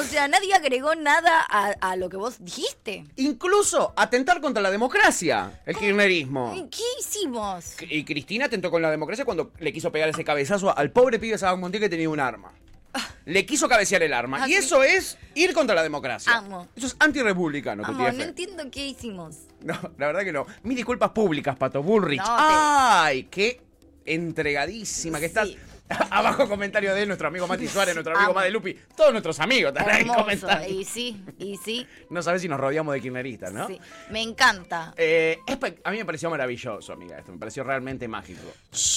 [SPEAKER 3] O sea, nadie agregó nada a, a lo que vos dijiste.
[SPEAKER 2] Incluso atentar contra la democracia, el kirchnerismo.
[SPEAKER 3] ¿Qué hicimos?
[SPEAKER 2] Y Cristina atentó con la democracia cuando le quiso pegar ese cabezazo al pobre pibe Saban Montiel que tenía un arma. Le quiso cabecear el arma.
[SPEAKER 3] Ah,
[SPEAKER 2] y
[SPEAKER 3] sí.
[SPEAKER 2] eso es ir contra la democracia.
[SPEAKER 3] Amo.
[SPEAKER 2] Eso es antirrepublicano, tu
[SPEAKER 3] Vamos,
[SPEAKER 2] TF.
[SPEAKER 3] no entiendo qué hicimos.
[SPEAKER 2] No, la verdad que no. Mis disculpas públicas, Pato Bullrich.
[SPEAKER 3] No, te-
[SPEAKER 2] ¡Ay! ¡Qué entregadísima que estás!
[SPEAKER 3] Sí.
[SPEAKER 2] Abajo comentario de nuestro amigo Mati Suárez, nuestro amigo
[SPEAKER 3] Amo.
[SPEAKER 2] Madelupi. Todos nuestros amigos están ahí
[SPEAKER 3] Hermoso.
[SPEAKER 2] comentando.
[SPEAKER 3] Y sí, y sí,
[SPEAKER 2] No sabes si nos rodeamos de kirchneristas, ¿no?
[SPEAKER 3] sí. Me encanta.
[SPEAKER 2] Eh, espe- a mí me pareció maravilloso, amiga, esto. Me pareció realmente mágico.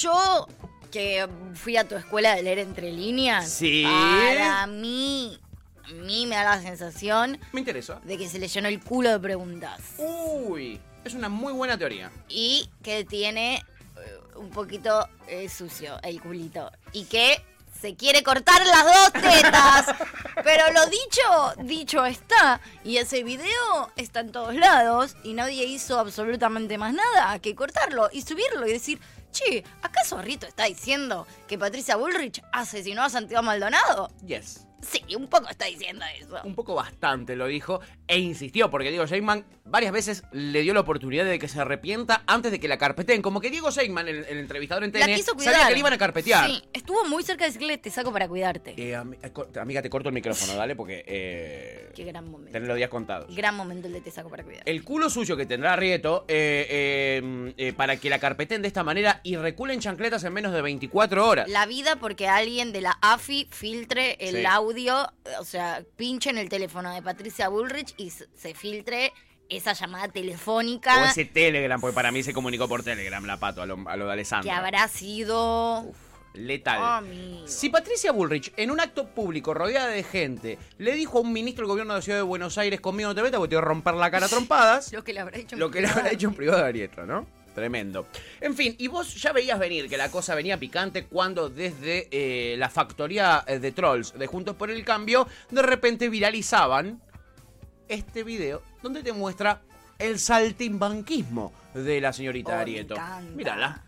[SPEAKER 3] Yo que fui a tu escuela de leer entre líneas.
[SPEAKER 2] Sí.
[SPEAKER 3] Para mí, a mí me da la sensación
[SPEAKER 2] Me interesa.
[SPEAKER 3] de que se le llenó el culo de preguntas.
[SPEAKER 2] Uy, es una muy buena teoría.
[SPEAKER 3] Y que tiene eh, un poquito eh, sucio el culito. Y que se quiere cortar las dos tetas. Pero lo dicho, dicho está. Y ese video está en todos lados. Y nadie hizo absolutamente más nada que cortarlo y subirlo y decir. Che, ¿acaso Rito está diciendo que Patricia Bullrich asesinó a Santiago Maldonado?
[SPEAKER 2] Yes.
[SPEAKER 3] Sí, un poco está diciendo eso.
[SPEAKER 2] Un poco bastante lo dijo e insistió, porque Diego Sheinman varias veces le dio la oportunidad de que se arrepienta antes de que la carpeteen. Como que Diego Sheinman, el, el entrevistador en TN,
[SPEAKER 3] La quiso cuidar.
[SPEAKER 2] sabía que le iban a carpetear.
[SPEAKER 3] Sí, estuvo muy cerca de decirle, te saco para cuidarte.
[SPEAKER 2] Eh, ami- eh, co- amiga, te corto el micrófono, dale, porque eh,
[SPEAKER 3] Qué gran momento.
[SPEAKER 2] tenés los días contados.
[SPEAKER 3] Gran momento el de te saco para cuidar.
[SPEAKER 2] El culo suyo que tendrá Rieto eh, eh, eh, para que la carpeten de esta manera y reculen chancletas en menos de 24 horas.
[SPEAKER 3] La vida porque alguien de la AFI filtre el
[SPEAKER 2] Sí.
[SPEAKER 3] audio, o sea, pinche en el teléfono de Patricia Bullrich y s- se filtre esa llamada telefónica
[SPEAKER 2] O ese Telegram, porque para mí se comunicó por Telegram la pato a lo, a lo de Alessandro.
[SPEAKER 3] que habrá sido... oh,
[SPEAKER 2] Letal.
[SPEAKER 3] Amigo.
[SPEAKER 2] Si Patricia Bullrich, en un acto público rodeada de gente, le dijo a un ministro del gobierno de la Ciudad de Buenos Aires, conmigo no te metas porque te voy a romper la cara a trompadas,
[SPEAKER 3] Lo que le habrá hecho en
[SPEAKER 2] lo que le
[SPEAKER 3] privado.
[SPEAKER 2] habrá hecho en privado a Arietro, ¿no? Tremendo. En fin, y vos ya veías venir que la cosa venía picante cuando desde eh, la factoría eh, de trolls de Juntos por el Cambio, de repente viralizaban este video donde te muestra el saltimbanquismo de la señorita
[SPEAKER 3] Oh, me
[SPEAKER 2] Arieto.
[SPEAKER 3] encanta.
[SPEAKER 2] Mírala.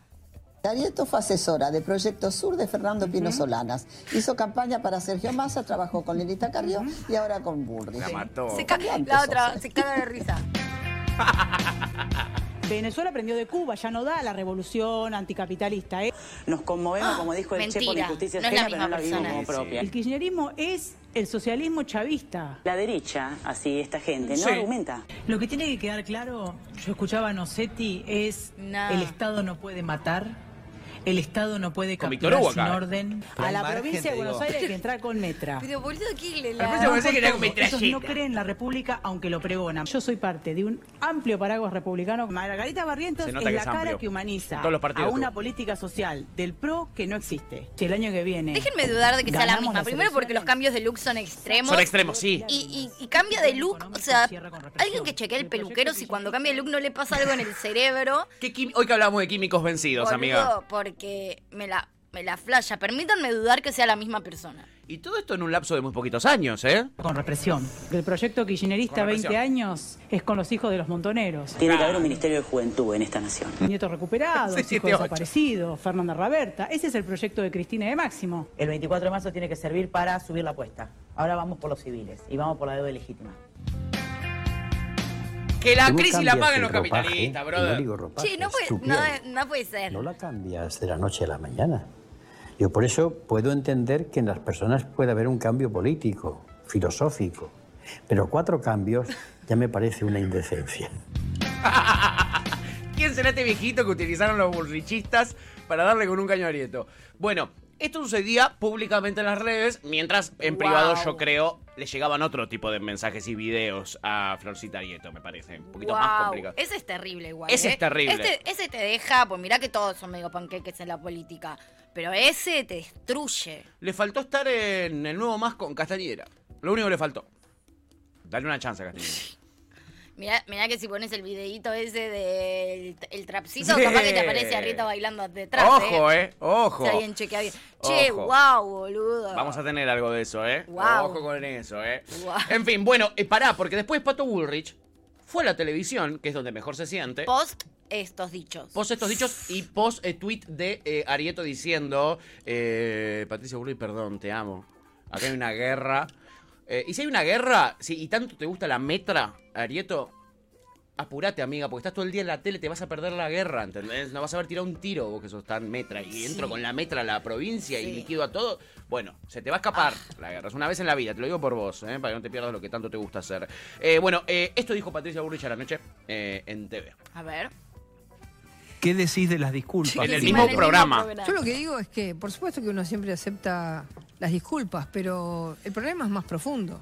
[SPEAKER 9] Arieto fue asesora de Proyecto Sur de Fernando Pino Solanas. Hizo campaña para Sergio Massa, trabajó con Lilita Carrió y ahora con Bullrich.
[SPEAKER 2] La mató.
[SPEAKER 3] Se ca- la otra, se caga de risa.
[SPEAKER 10] Venezuela aprendió de Cuba, ya no da la revolución anticapitalista. ¿eh? Nos conmovemos, como dijo
[SPEAKER 3] el Ah, Mentira, Che, por la injusticia no es la ajena, pero misma no la vimos persona. como
[SPEAKER 10] propia. El kirchnerismo es el socialismo chavista. La derecha, así esta gente, no argumenta. Lo que tiene que quedar claro, yo escuchaba a Nocetti, es
[SPEAKER 3] No.
[SPEAKER 10] el Estado no puede matar. El Estado no puede
[SPEAKER 2] Con
[SPEAKER 10] capturar
[SPEAKER 2] Víctor Hugo
[SPEAKER 10] sin
[SPEAKER 2] acá. ¿eh?
[SPEAKER 10] orden. a la provincia de Buenos Aires hay que entrar con metra.
[SPEAKER 3] Pero boludo, ¿qué le
[SPEAKER 2] Al principio
[SPEAKER 3] la...
[SPEAKER 2] pensé que era con
[SPEAKER 10] Ellos no
[SPEAKER 2] metralleta.
[SPEAKER 10] creen en la República, aunque lo pregonan. Yo soy parte de un amplio paraguas republicano. Margarita Barrientos
[SPEAKER 2] Se
[SPEAKER 10] es
[SPEAKER 2] nota
[SPEAKER 10] la
[SPEAKER 2] que es
[SPEAKER 10] cara
[SPEAKER 2] amplio.
[SPEAKER 10] que humaniza
[SPEAKER 2] Todos los partidos
[SPEAKER 10] a una
[SPEAKER 2] tuvo.
[SPEAKER 10] política social del PRO que no existe. Si el año que viene...
[SPEAKER 3] Déjenme dudar de que sea la
[SPEAKER 10] ganamos
[SPEAKER 3] misma.
[SPEAKER 10] las
[SPEAKER 3] Primero porque los
[SPEAKER 10] elecciones,
[SPEAKER 3] cambios de look son extremos.
[SPEAKER 2] Son extremos, sí.
[SPEAKER 3] Y, y- y cambia de look, o sea, alguien que chequee el peluquero si cuando cambia de look no le pasa algo en el cerebro.
[SPEAKER 2] ¿Qué quim- Hoy que hablamos de químicos vencidos,
[SPEAKER 3] boludo,
[SPEAKER 2] amiga.
[SPEAKER 3] Porque me la, me la flasha. Permítanme dudar que sea la misma persona.
[SPEAKER 2] Y todo esto en un lapso de muy poquitos años, ¿eh?
[SPEAKER 10] Con represión. El proyecto kirchnerista
[SPEAKER 2] Con represión.
[SPEAKER 10] 20 años es con los hijos de los montoneros.
[SPEAKER 11] Tiene que haber un Ministerio de Juventud en esta nación.
[SPEAKER 10] Nietos recuperados,
[SPEAKER 2] Sí, siete,
[SPEAKER 10] hijos
[SPEAKER 2] ocho.
[SPEAKER 10] desaparecidos, Fernanda Raberta. Ese es el proyecto de Cristina de Máximo. El 24 de marzo tiene que servir para subir la apuesta. Ahora vamos por los civiles y vamos por la deuda legítima.
[SPEAKER 2] Que la
[SPEAKER 12] Tú no
[SPEAKER 2] crisis la
[SPEAKER 12] cambias
[SPEAKER 2] paguen
[SPEAKER 12] el
[SPEAKER 2] los
[SPEAKER 12] ropaje,
[SPEAKER 2] capitalistas,
[SPEAKER 12] y
[SPEAKER 2] brother.
[SPEAKER 12] No digo ropaje,
[SPEAKER 3] Che, no
[SPEAKER 12] es
[SPEAKER 3] puede,
[SPEAKER 12] tu
[SPEAKER 3] no,
[SPEAKER 12] piel.
[SPEAKER 3] no puede ser.
[SPEAKER 12] No la cambias de la noche a la mañana. Yo por eso puedo entender que en las personas puede haber un cambio político, filosófico. Pero cuatro cambios ya me parece una indecencia.
[SPEAKER 2] ¿Quién será este viejito que utilizaron los burrichistas para darle con un caño a Arieto? Bueno, esto sucedía públicamente en las redes, mientras en privado yo creo le llegaban otro tipo de mensajes y videos a Florcita Arieto, me parece. Un poquito más
[SPEAKER 3] Guau,
[SPEAKER 2] complicado.
[SPEAKER 3] Ese es terrible igual.
[SPEAKER 2] Ese
[SPEAKER 3] ¿eh?
[SPEAKER 2] es terrible.
[SPEAKER 3] Este- ese te deja, pues mirá que todos son medio panqueques en la política. Pero ese te destruye.
[SPEAKER 2] Le faltó estar en el nuevo más con Castañera. Lo único que le faltó. Dale una chance a Castañera.
[SPEAKER 3] Mirá, mirá que si pones el videíto ese del el trapcito,
[SPEAKER 2] Sí.
[SPEAKER 3] capaz que te aparece a Rita bailando detrás.
[SPEAKER 2] Ojo, eh. Ojo.
[SPEAKER 3] Está bien, chequea bien. Che,
[SPEAKER 2] Ojo.
[SPEAKER 3] wow, boludo.
[SPEAKER 2] Vamos a tener algo de eso, ¿eh?
[SPEAKER 3] Guau.
[SPEAKER 2] Ojo con eso, ¿eh?
[SPEAKER 3] Guau.
[SPEAKER 2] En fin, bueno, eh, pará, porque después Pato Bullrich fue a la televisión, que es donde mejor se siente.
[SPEAKER 3] Post estos dichos.
[SPEAKER 2] Post estos dichos y post el tweet de eh, Arieto diciendo, eh, Patricia Bullrich, perdón, te amo. Acá hay una guerra. Eh, y si hay una guerra, si, y tanto te gusta la metra, Arieto, apurate, amiga, porque estás todo el día en la tele, te vas a perder la guerra, ¿entendés? No vas a haber tirado un tiro vos que sos tan metra. Y entro
[SPEAKER 3] Sí.
[SPEAKER 2] con la metra a la provincia y
[SPEAKER 3] Sí. Ah.
[SPEAKER 2] liquido a todo. Bueno, se te va a escapar la guerra. Es una vez en la vida, te lo digo por vos, ¿eh? para que no te pierdas lo que tanto te gusta hacer. Eh, bueno, eh, esto dijo Patricia Bullrich a la noche eh, en TV.
[SPEAKER 3] A ver.
[SPEAKER 6] ¿Qué decís de las disculpas?
[SPEAKER 2] En el mismo programa.
[SPEAKER 13] Yo lo que digo es que, por supuesto que uno siempre acepta las disculpas, pero el problema es más profundo.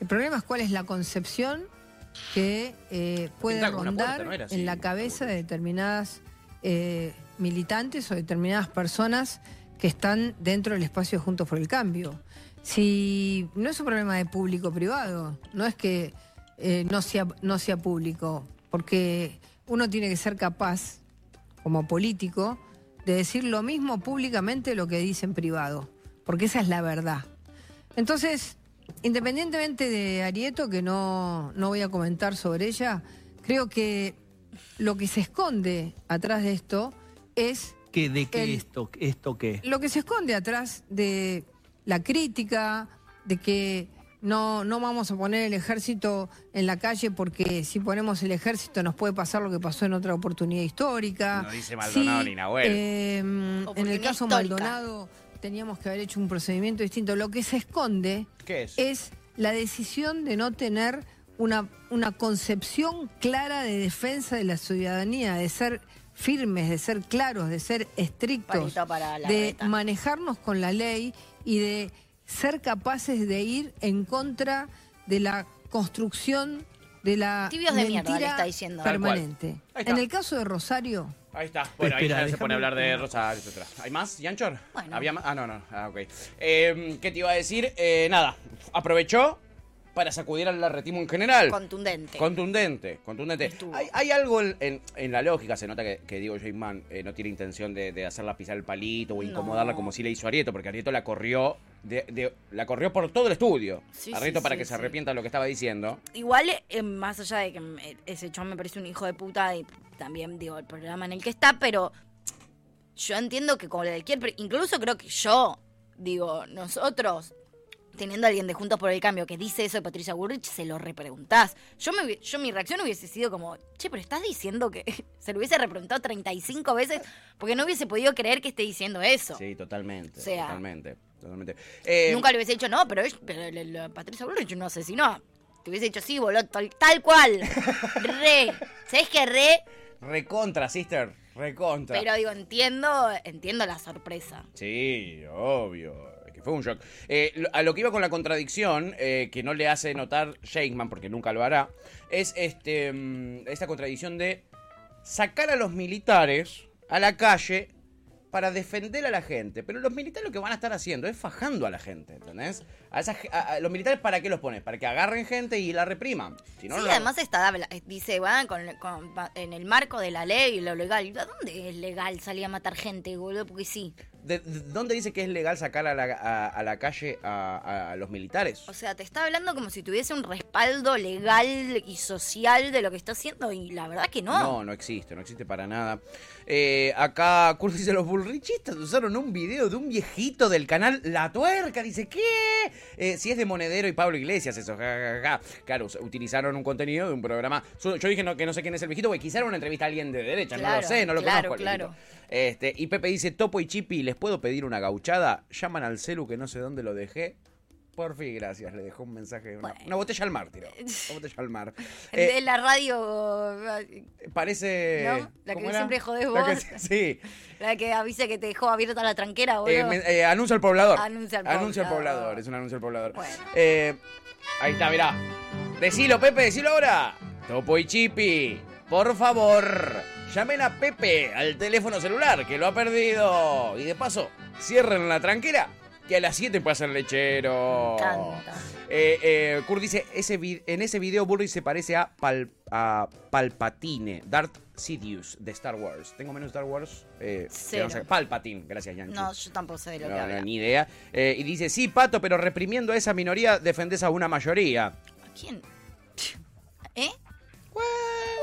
[SPEAKER 13] El problema es cuál es la concepción que eh, puede
[SPEAKER 14] Pintaba con una
[SPEAKER 13] rondar
[SPEAKER 14] puerta, ¿no era así?
[SPEAKER 13] en la cabeza de determinadas eh, militantes o determinadas personas que están dentro del espacio de Juntos por el Cambio. Si no es un problema de público-privado, no es que eh, no, sea, no sea público, porque uno tiene que ser capaz, como político, de decir lo mismo públicamente de lo que dice en privado, porque esa es la verdad. Entonces, independientemente de Arieto, que no, no voy a comentar sobre ella, creo que lo que se esconde atrás de esto es
[SPEAKER 6] ¿Qué, ¿De qué
[SPEAKER 13] El-
[SPEAKER 6] esto, esto qué?
[SPEAKER 13] lo que se esconde atrás de la crítica, de que no, no vamos a poner el ejército en la calle porque si ponemos el ejército nos puede pasar lo que pasó en otra oportunidad histórica.
[SPEAKER 2] No dice Maldonado ni Nahuel.
[SPEAKER 13] eh, en el
[SPEAKER 3] Oportunidad
[SPEAKER 13] caso
[SPEAKER 3] histórica.
[SPEAKER 13] Maldonado teníamos que haber hecho un procedimiento distinto. Lo que se esconde
[SPEAKER 2] ¿Qué es?
[SPEAKER 3] Eh,
[SPEAKER 13] la decisión de no tener una, una concepción clara de defensa de la ciudadanía, de ser firmes, de ser claros, de ser estrictos,
[SPEAKER 3] Palito para la
[SPEAKER 13] de
[SPEAKER 3] reta.
[SPEAKER 13] manejarnos con la ley y de ser capaces de ir en contra de la construcción de la
[SPEAKER 3] Tibios de mierda,
[SPEAKER 13] mentira
[SPEAKER 3] le está diciendo. Tal cual.
[SPEAKER 13] permanente.
[SPEAKER 2] Ahí está.
[SPEAKER 13] En el caso de Rosario,
[SPEAKER 2] Ahí está. Bueno,
[SPEAKER 6] Espera,
[SPEAKER 2] ahí ya se
[SPEAKER 6] déjame-
[SPEAKER 2] pone a hablar de Rosario, etcétera. ¿Hay más, Yanchor?
[SPEAKER 3] Bueno.
[SPEAKER 2] ¿Había más? Ah, no, no. Ah, ok. Eh, ¿Qué te iba a decir? Eh, nada. Aprovechó para sacudir al larretimo en general.
[SPEAKER 3] Contundente.
[SPEAKER 2] Contundente, contundente. Hay, hay algo en, en- en la lógica, se nota que, que Diego J. Mann eh, no tiene intención de, de hacerla pisar el palito o incomodarla como si le hizo Arieto, porque Arieto la corrió de, de- la corrió por todo el estudio.
[SPEAKER 3] Sí,
[SPEAKER 2] Arieto
[SPEAKER 3] sí,
[SPEAKER 2] para
[SPEAKER 3] sí,
[SPEAKER 2] que se
[SPEAKER 3] sí.
[SPEAKER 2] arrepienta de lo que estaba diciendo.
[SPEAKER 3] Igual, eh, más allá de que me- ese chon me parece un hijo de puta y también digo el programa en el que está, pero yo entiendo que con cualquier, pre- incluso creo que yo, digo, nosotros, teniendo a alguien de Juntos por el Cambio que dice eso de Patricia Burrich, se lo repreguntás. Yo, me, hubie- yo mi reacción hubiese sido como, che, pero estás diciendo que se lo hubiese repreguntado 35 veces porque no hubiese podido creer que esté diciendo eso.
[SPEAKER 2] Sí, totalmente.
[SPEAKER 3] O sea.
[SPEAKER 2] totalmente. Totalmente. Eh,
[SPEAKER 3] Nunca le hubiese dicho, no, pero, es- pero la- la Patricia Bullrich no asesinó. Te hubiese dicho, sí, boludo, tal, tal cual. Re. ¿Sabes qué? Re.
[SPEAKER 2] Recontra, sister. Recontra.
[SPEAKER 3] Pero digo, entiendo, entiendo la sorpresa.
[SPEAKER 2] Sí, obvio. Que fue un shock. Eh, lo- a lo que iba con la contradicción, eh, que no le hace notar Shakeman, porque nunca lo hará, es este mm, esta contradicción de sacar a los militares a la calle para defender a la gente. Pero los militares lo que van a estar haciendo es fajando a la gente, ¿entendés? A esas ge- a- a- los militares, ¿para qué los pones? Para que agarren gente y la repriman. Si no,
[SPEAKER 3] sí,
[SPEAKER 2] no la-
[SPEAKER 3] además está, habla- eh, dice, va, con, con- va- en el marco de la ley y lo legal. ¿A dónde es legal salir a matar gente, boludo? Porque sí.
[SPEAKER 2] ¿De- de- ¿Dónde dice que es legal sacar a la, a- a la calle a- a- a los militares?
[SPEAKER 3] O sea, te está hablando como si tuviese un respaldo legal y social de lo que está haciendo y la verdad que no.
[SPEAKER 2] No, no existe, no existe para nada. Eh, acá Kurt dice, los bullrichistas usaron un video de un viejito del canal La Tuerca. Dice, ¿qué? Eh, si es de Monedero y Pablo Iglesias, eso, ja, ja, ja, ja. Claro, us- utilizaron un contenido de un programa. Su- Yo dije no- que no sé quién es el viejito, porque quizá era una entrevista a alguien de derecha, no
[SPEAKER 3] Claro,
[SPEAKER 2] lo sé, no lo
[SPEAKER 3] claro,
[SPEAKER 2] conozco. al
[SPEAKER 3] claro.
[SPEAKER 2] viejito. Este, y Pepe dice, Topo y Chipi, ¿les puedo pedir una gauchada? Llaman al celu que no sé dónde lo dejé. Por fin, gracias. Le dejó un mensaje. Una, una botella al mar, tiró. Una botella al mar. Eh,
[SPEAKER 3] de la radio, eh,
[SPEAKER 2] Parece.
[SPEAKER 3] ¿No? La que
[SPEAKER 2] ¿cómo
[SPEAKER 3] siempre jodés
[SPEAKER 2] La que-
[SPEAKER 3] vos.
[SPEAKER 2] sí.
[SPEAKER 3] la que avisa que te dejó abierta la tranquera, boludo.
[SPEAKER 2] Eh, men- eh, anuncia al poblador.
[SPEAKER 3] Anuncia al
[SPEAKER 2] Anuncia
[SPEAKER 3] poblador.
[SPEAKER 2] poblador, Es un anuncio al poblador. Eh, ahí está, mirá. Decilo, Pepe, decilo ahora. Topo y Chipi, por favor, llamen a Pepe al teléfono celular que lo ha perdido. Y de paso, cierren la tranquera que a las 7 pasa el lechero.
[SPEAKER 3] encanta.
[SPEAKER 2] Eh, eh, Kurt dice, ese vi- en ese video Burry se parece a, Pal- a Palpatine, Darth Sidious de Star Wars. ¿Tengo menos Star Wars? Eh,
[SPEAKER 3] Cero.
[SPEAKER 2] que no sé. Palpatine, gracias Yankee.
[SPEAKER 3] No, yo tampoco sé de lo
[SPEAKER 2] No,
[SPEAKER 3] que
[SPEAKER 2] no,
[SPEAKER 3] habla.
[SPEAKER 2] ni idea. Eh, y dice, sí, Pato, pero reprimiendo a esa minoría defendés a una mayoría.
[SPEAKER 3] ¿Quién? ¿Eh?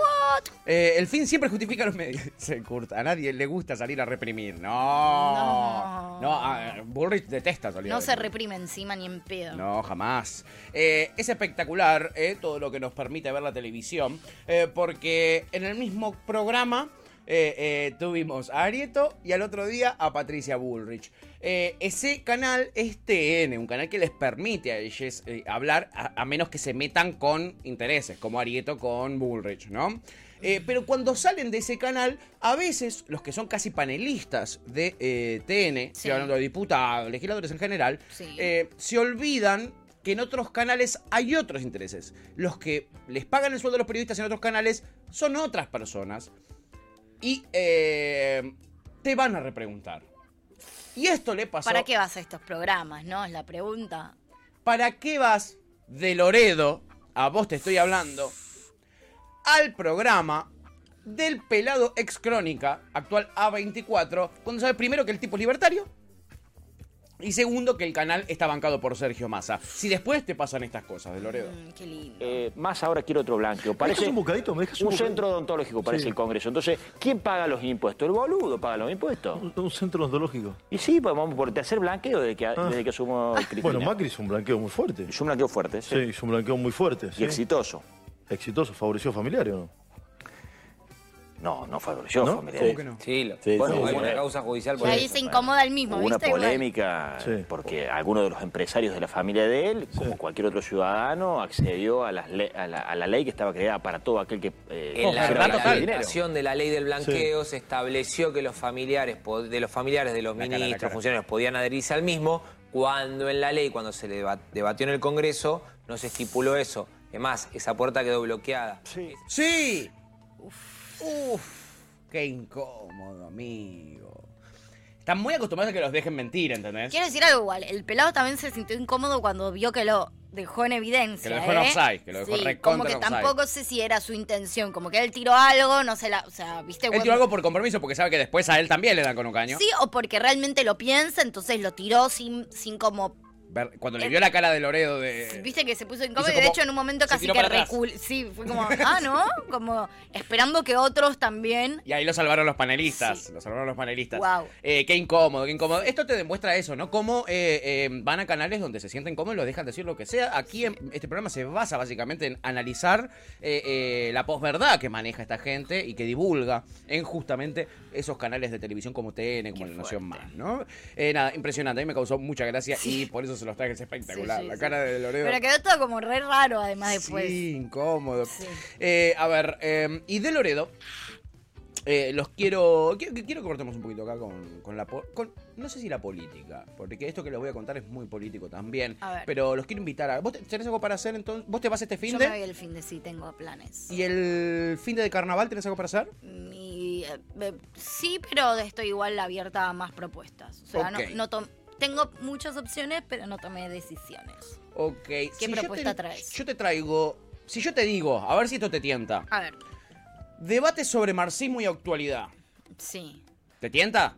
[SPEAKER 3] What?
[SPEAKER 2] Eh, el fin siempre justifica los medios. Dice Kurt, a nadie le gusta salir a reprimir. No. No, a- Bullrich detesta salir a
[SPEAKER 3] No se
[SPEAKER 2] reprimir.
[SPEAKER 3] reprime encima ni en pedo.
[SPEAKER 2] No, jamás. Eh, es espectacular eh, todo lo que nos permite ver la televisión, eh, porque en el mismo programa eh, eh, tuvimos a Arieto y al otro día a Patricia Bullrich. Eh, ese canal es TN, un canal que les permite a ellos eh, hablar a, a menos que se metan con intereses, como Arieto con Bullrich, ¿no? Eh, pero cuando salen de ese canal, a veces los que son casi panelistas de eh, TN, estoy hablando de diputados, legisladores en general, eh, se olvidan que en otros canales hay otros intereses. Los que les pagan el sueldo a los periodistas en otros canales son otras personas y eh, te van a repreguntar. Y esto le pasó.
[SPEAKER 3] ¿Para qué vas a estos programas, no? Es la pregunta.
[SPEAKER 2] ¿Para qué vas de Loredo, a vos te estoy hablando, al programa del pelado ex crónica, actual A24, cuando sabes primero que el tipo es libertario? Y segundo, que el canal está bancado por Sergio Massa. Si después te pasan estas cosas de Loredo.
[SPEAKER 3] Mm, qué lindo.
[SPEAKER 15] Eh, más ahora quiero otro blanqueo. Parece
[SPEAKER 4] dejas un bocadito? ¿Me dejas un
[SPEAKER 15] un
[SPEAKER 4] bocadito?
[SPEAKER 15] centro odontológico, parece
[SPEAKER 4] Sí.
[SPEAKER 15] el Congreso. Entonces, ¿quién paga los impuestos? El boludo paga los impuestos.
[SPEAKER 4] Un, un centro odontológico.
[SPEAKER 15] Y sí, pues vamos por tercer blanqueo desde que, desde que asumo Cristina.
[SPEAKER 4] Ah. Bueno, Macri hizo un blanqueo muy fuerte.
[SPEAKER 15] Hizo un blanqueo fuerte, sí.
[SPEAKER 4] Sí, hizo un blanqueo muy fuerte.
[SPEAKER 15] Y exitoso.
[SPEAKER 4] Exitoso, favoreció familiares, ¿o no?
[SPEAKER 15] No, no favoreció
[SPEAKER 4] ¿No?
[SPEAKER 15] familiares.
[SPEAKER 4] ¿Cómo que no?
[SPEAKER 16] Sí, lo-
[SPEAKER 15] Sí,
[SPEAKER 16] bueno,
[SPEAKER 15] sí,
[SPEAKER 16] hay
[SPEAKER 15] sí.
[SPEAKER 16] una causa judicial
[SPEAKER 3] Y
[SPEAKER 16] por
[SPEAKER 3] ahí
[SPEAKER 16] eso.
[SPEAKER 3] se incomoda el mismo,
[SPEAKER 15] Hubo una
[SPEAKER 3] ¿viste? Igual.
[SPEAKER 15] polémica porque alguno de los empresarios de la familia de él, como cualquier otro ciudadano, accedió a, las le- a, la, a la ley que estaba creada para todo aquel que... eh,
[SPEAKER 16] En la
[SPEAKER 15] fuera blanqueador de dinero.
[SPEAKER 16] redactación de la ley del blanqueo se estableció que los familiares po- de los familiares de los
[SPEAKER 15] cara, la
[SPEAKER 16] ministros,
[SPEAKER 15] cara.
[SPEAKER 16] funcionarios podían adherirse al mismo, cuando en la ley, cuando se deba- debatió en el Congreso, no se estipuló eso. Además, esa puerta quedó bloqueada.
[SPEAKER 2] ¡Sí! Uf, qué incómodo, amigo. Están muy acostumbrados a que los dejen mentir, ¿entendés?
[SPEAKER 3] Quiero decir algo igual. El pelado también se sintió incómodo cuando vio que lo dejó en
[SPEAKER 2] Que
[SPEAKER 3] evidencia.
[SPEAKER 2] lo dejó en
[SPEAKER 3] ¿eh?
[SPEAKER 2] offside, que lo dejó
[SPEAKER 3] Sí,
[SPEAKER 2] recontra
[SPEAKER 3] Como que
[SPEAKER 2] en offside.
[SPEAKER 3] tampoco sé si era su intención. Como que él tiró algo, no sé la. O sea, ¿viste?
[SPEAKER 2] Él
[SPEAKER 3] Bueno,
[SPEAKER 2] tiró algo por compromiso porque sabe que después a él también le dan con un caño.
[SPEAKER 3] Este Sí, o porque realmente lo piensa, entonces lo tiró sin, sin como.
[SPEAKER 2] Ver- Cuando
[SPEAKER 3] Eh,
[SPEAKER 2] le vio la cara de Loredo de...
[SPEAKER 3] Viste que se puso incómodo
[SPEAKER 2] Hizo
[SPEAKER 3] y de
[SPEAKER 2] como-
[SPEAKER 3] hecho en un momento
[SPEAKER 2] se
[SPEAKER 3] casi
[SPEAKER 2] tiró
[SPEAKER 3] que
[SPEAKER 2] para atrás.
[SPEAKER 3] recul. Sí, fue como, ah, ¿no? Como esperando que otros también.
[SPEAKER 2] Y ahí lo salvaron los panelistas. Lo salvaron los panelistas.
[SPEAKER 3] Guau.
[SPEAKER 2] Eh, qué incómodo, qué incómodo. Esto te demuestra eso, ¿no? Cómo eh, eh, van a canales donde se sienten cómodos y los dejan decir lo que sea. Aquí en- este programa se basa básicamente en analizar eh, eh, la posverdad que maneja esta gente y que divulga en justamente esos canales de televisión como TN, como La Nación Más, ¿no? Eh, nada, impresionante. A mí me causó mucha gracia y por eso se los traje. Es espectacular.
[SPEAKER 3] Sí, sí,
[SPEAKER 2] la
[SPEAKER 3] sí.
[SPEAKER 2] cara de Loredo.
[SPEAKER 3] Pero quedó todo como re raro además después.
[SPEAKER 2] Sí, incómodo. Eh, a ver, eh, y de Loredo. eh, los quiero, quiero. quiero que cortemos un poquito acá con, con la. po- con- no sé si la política, porque esto que les voy a contar es muy político también.
[SPEAKER 3] A ver.
[SPEAKER 2] Pero los quiero invitar a. ¿Vos te- tenés algo para hacer entonces? ¿Vos te vas este fin
[SPEAKER 3] Yo
[SPEAKER 2] de?
[SPEAKER 3] me voy el fin de sí, tengo planes.
[SPEAKER 2] ¿Y el fin de, de carnaval tenés algo para hacer?
[SPEAKER 3] Y, eh, eh, sí, pero estoy igual abierta a más propuestas. O sea, no-
[SPEAKER 2] Ok.
[SPEAKER 3] no, tom- tengo muchas opciones, pero no tomé decisiones.
[SPEAKER 2] Ok. ¿Qué
[SPEAKER 3] propuesta
[SPEAKER 2] yo te,
[SPEAKER 3] traes?
[SPEAKER 2] Yo te traigo. Si yo te digo, a ver si esto te tienta.
[SPEAKER 3] A ver,
[SPEAKER 2] Debate sobre marxismo y actualidad.
[SPEAKER 3] sí.
[SPEAKER 2] ¿Te tienta?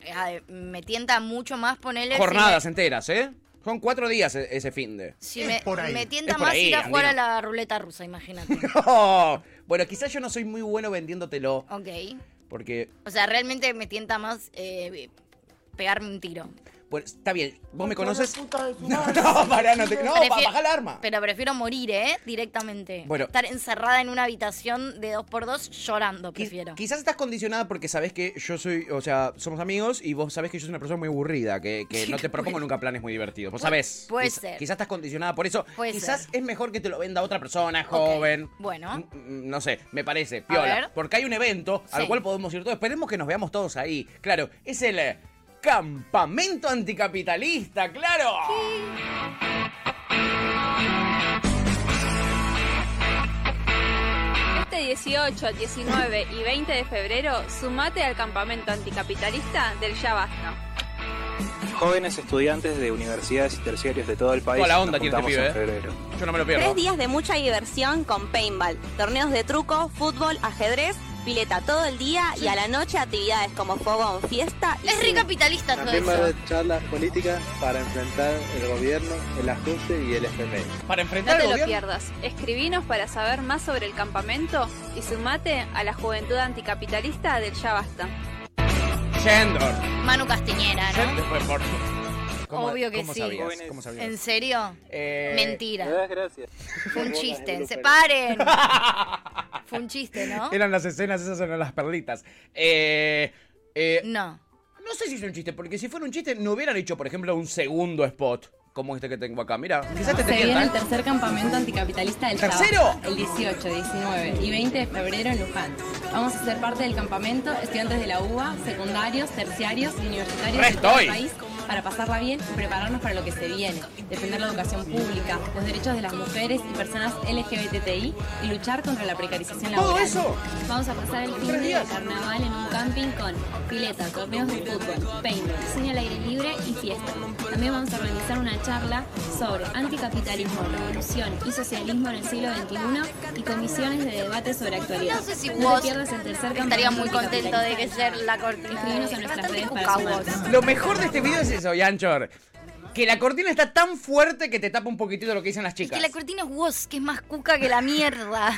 [SPEAKER 3] Eh, a ver, Me tienta mucho más ponerle. si
[SPEAKER 2] Jornadas enteras, ¿eh? Son cuatro días e- ese fin de.
[SPEAKER 3] Si me, me tienta
[SPEAKER 2] Es por
[SPEAKER 3] más
[SPEAKER 2] ahí,
[SPEAKER 3] ir a jugar a
[SPEAKER 2] Andino.
[SPEAKER 3] la ruleta rusa, imagínate.
[SPEAKER 2] No. Bueno, quizás yo no soy muy bueno vendiéndotelo.
[SPEAKER 3] ok.
[SPEAKER 2] Porque,
[SPEAKER 3] O sea, realmente me tienta más eh, pegarme un tiro.
[SPEAKER 2] bueno, está bien, vos me conoces. No, no, pará, no te. No, pa-
[SPEAKER 3] Prefiero-
[SPEAKER 2] bajá la arma.
[SPEAKER 3] Pero prefiero morir, ¿eh? Directamente.
[SPEAKER 2] Bueno.
[SPEAKER 3] Estar encerrada en una habitación de dos por dos llorando, prefiero.
[SPEAKER 2] Quizás estás condicionada porque sabés que yo soy, o sea, somos amigos y vos sabés que yo soy una persona muy aburrida, que, que no te propongo nunca planes muy divertidos. Vos sabés.
[SPEAKER 3] Puede
[SPEAKER 2] Quiz-
[SPEAKER 3] ser.
[SPEAKER 2] Quizás estás condicionada por eso.
[SPEAKER 3] Puede
[SPEAKER 2] quizás
[SPEAKER 3] ser.
[SPEAKER 2] es mejor que te lo venda otra persona, joven.
[SPEAKER 3] Bueno.
[SPEAKER 2] Mm, No sé, me parece,
[SPEAKER 3] ver.
[SPEAKER 2] piola. Porque hay un evento
[SPEAKER 3] Sí.
[SPEAKER 2] al cual podemos ir todos. Esperemos que nos veamos todos ahí. Claro, es el eh, campamento anticapitalista, claro.
[SPEAKER 17] Este 18, 19 y 20 de febrero, sumate al campamento anticapitalista del Ya Basta.
[SPEAKER 18] Jóvenes estudiantes de universidades y terciarios de todo el país.
[SPEAKER 2] Toda la onda
[SPEAKER 18] nos
[SPEAKER 2] tiene este
[SPEAKER 18] juntamos en
[SPEAKER 2] pibe, ¿eh?
[SPEAKER 18] febrero.
[SPEAKER 2] Yo no me lo
[SPEAKER 19] Tres
[SPEAKER 2] pierdo.
[SPEAKER 19] días de mucha diversión con paintball, torneos de truco, fútbol, ajedrez, pileta todo el día y a la noche actividades como fogón, fiesta y
[SPEAKER 3] Es re capitalista todo
[SPEAKER 20] También va a
[SPEAKER 3] eso.
[SPEAKER 20] haber charlas políticas para enfrentar el gobierno, el ajuste y el FMI.
[SPEAKER 17] No
[SPEAKER 2] Para enfrentar
[SPEAKER 17] te
[SPEAKER 2] al
[SPEAKER 17] lo
[SPEAKER 2] gobierno.
[SPEAKER 17] pierdas. Escribinos para saber más sobre el campamento y sumate a la juventud anticapitalista del Ya Basta.
[SPEAKER 2] Shendor.
[SPEAKER 3] Manu Castiñera, Ah, ¿no?
[SPEAKER 2] Shendor fue por-
[SPEAKER 3] Obvio que
[SPEAKER 2] cómo
[SPEAKER 3] sí.
[SPEAKER 2] sabías? ¿Cómo sabías?
[SPEAKER 3] ¿En serio?
[SPEAKER 2] Eh,
[SPEAKER 3] Mentira.
[SPEAKER 20] gracias.
[SPEAKER 3] Fue un chiste. Se paren. Fue un chiste, ¿no?
[SPEAKER 2] Eran las escenas, esas eran las perlitas. Eh, eh,
[SPEAKER 3] no.
[SPEAKER 2] No sé si es un chiste, porque si fuera un chiste, no hubieran hecho, por ejemplo, un segundo spot como este que tengo acá. Mira, quizás te
[SPEAKER 13] Se
[SPEAKER 2] tenía
[SPEAKER 13] viene el
[SPEAKER 2] tan-
[SPEAKER 13] tercer campamento anticapitalista del
[SPEAKER 2] ¿Tercero?
[SPEAKER 13] Shabbat, El 18, 19 y 20 de febrero en Luján. Vamos a ser parte del campamento estudiantes de la UBA, secundarios, terciarios y universitarios
[SPEAKER 2] Re
[SPEAKER 13] de todo el
[SPEAKER 2] estoy.
[SPEAKER 13] país para pasarla bien y prepararnos para lo que se viene. Defender la educación pública, los derechos de las mujeres y personas LGBTI y luchar contra la precarización laboral.
[SPEAKER 21] ¡Todo eso!
[SPEAKER 13] Vamos a pasar el fin de carnaval en un camping con pileta, torneos de fútbol, paintball, cine al aire libre y fiesta. También vamos a organizar una charla sobre anticapitalismo, revolución y socialismo en el siglo XXI y comisiones de debate sobre actualidad.
[SPEAKER 3] No sé si
[SPEAKER 13] te
[SPEAKER 3] vos
[SPEAKER 13] pierdas el tercer
[SPEAKER 3] Estaría
[SPEAKER 13] campamento
[SPEAKER 3] muy contento de que
[SPEAKER 13] anticapitalista.
[SPEAKER 3] ser la cortina.
[SPEAKER 13] Escribinos en nuestras
[SPEAKER 3] Bastante
[SPEAKER 13] redes para
[SPEAKER 3] cuca
[SPEAKER 13] sumarte.
[SPEAKER 3] vos.
[SPEAKER 2] Lo mejor de este video es eso, Yanchor. Que la cortina está tan fuerte que te tapa un poquitito lo que dicen las chicas.
[SPEAKER 3] Que la cortina es vos, que es más cuca que la mierda.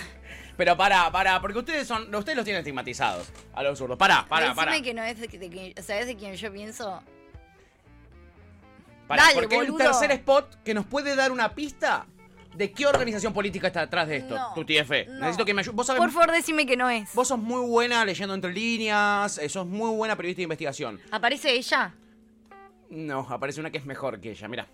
[SPEAKER 2] Pero para, para, porque ustedes son, ustedes los tienen estigmatizados a los zurdos. Para, para, para.
[SPEAKER 3] Decime que no es de, de quien- ¿sabés de quién yo pienso?
[SPEAKER 2] Pará,
[SPEAKER 3] Dale,
[SPEAKER 2] porque hay un
[SPEAKER 3] boludo.
[SPEAKER 2] tercer spot que nos puede dar una pista de qué organización política está detrás de esto,
[SPEAKER 3] No,
[SPEAKER 2] tu TF.
[SPEAKER 3] no.
[SPEAKER 2] Necesito que me ayudes. Vos sabés-
[SPEAKER 3] Por favor, decime que no es.
[SPEAKER 2] vos sos muy buena leyendo entre líneas, eh, sos muy buena periodista de investigación.
[SPEAKER 3] ¿Aparece ella?
[SPEAKER 2] No, aparece una que es mejor que ella, mira.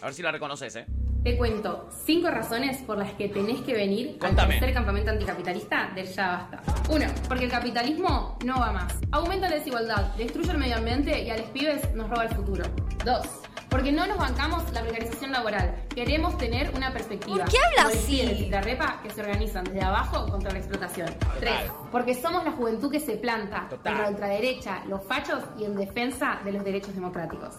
[SPEAKER 2] A ver si la reconoces, eh.
[SPEAKER 13] Te cuento cinco razones por las que tenés que venir
[SPEAKER 2] Contame.
[SPEAKER 13] al tercer campamento anticapitalista del Ya Basta. Uno, porque el capitalismo no va más. Aumenta la desigualdad, destruye el medio ambiente y a los pibes nos roba el futuro. Dos, porque no nos bancamos la precarización laboral. Queremos tener una perspectiva.
[SPEAKER 3] ¿Por qué habla
[SPEAKER 13] Como
[SPEAKER 3] así?
[SPEAKER 13] deciden la repa que se organizan desde abajo contra la explotación. Tres, porque somos la juventud que se planta contra la ultraderecha, los fachos y en defensa de los derechos democráticos.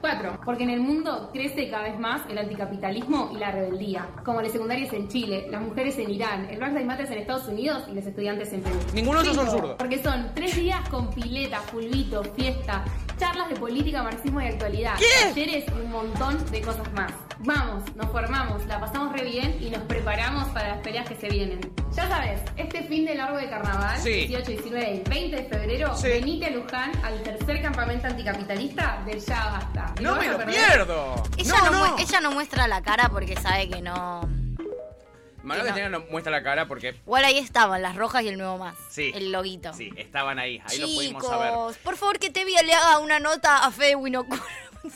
[SPEAKER 13] Cuatro, porque en el mundo crece cada vez más el anticapitalismo y la rebeldía, como las secundarias en Chile, las mujeres en Irán, el Black Lives Matter en Estados Unidos y los estudiantes en Perú.
[SPEAKER 2] Ninguno de esos son
[SPEAKER 13] Cinco,
[SPEAKER 2] zurdos.
[SPEAKER 13] Porque son tres días con pileta, fulbito, fiesta, charlas de política, marxismo y actualidad, talleres y un montón de cosas más. Vamos, nos formamos, la pasamos re bien y nos preparamos para las peleas que se vienen. Ya sabes, este fin de largo de carnaval,
[SPEAKER 2] Sí.
[SPEAKER 13] 18, 19 y 20 de febrero, venite a Luján al tercer campamento anticapitalista del Ya Basta.
[SPEAKER 2] ¡No me
[SPEAKER 13] vas a
[SPEAKER 2] lo
[SPEAKER 13] perder.
[SPEAKER 2] pierdo!
[SPEAKER 3] Ella no, mue- ella no muestra la cara porque sabe que no.
[SPEAKER 2] Manuel
[SPEAKER 3] que no.
[SPEAKER 2] Castellano no muestra la cara porque
[SPEAKER 3] Igual ahí estaban, las rojas y el nuevo más.
[SPEAKER 2] Sí.
[SPEAKER 3] El loguito.
[SPEAKER 2] sí, estaban ahí, ahí lo pudimos saber.
[SPEAKER 3] Chicos, por favor que Tevia le haga una nota a Fede Winocuro.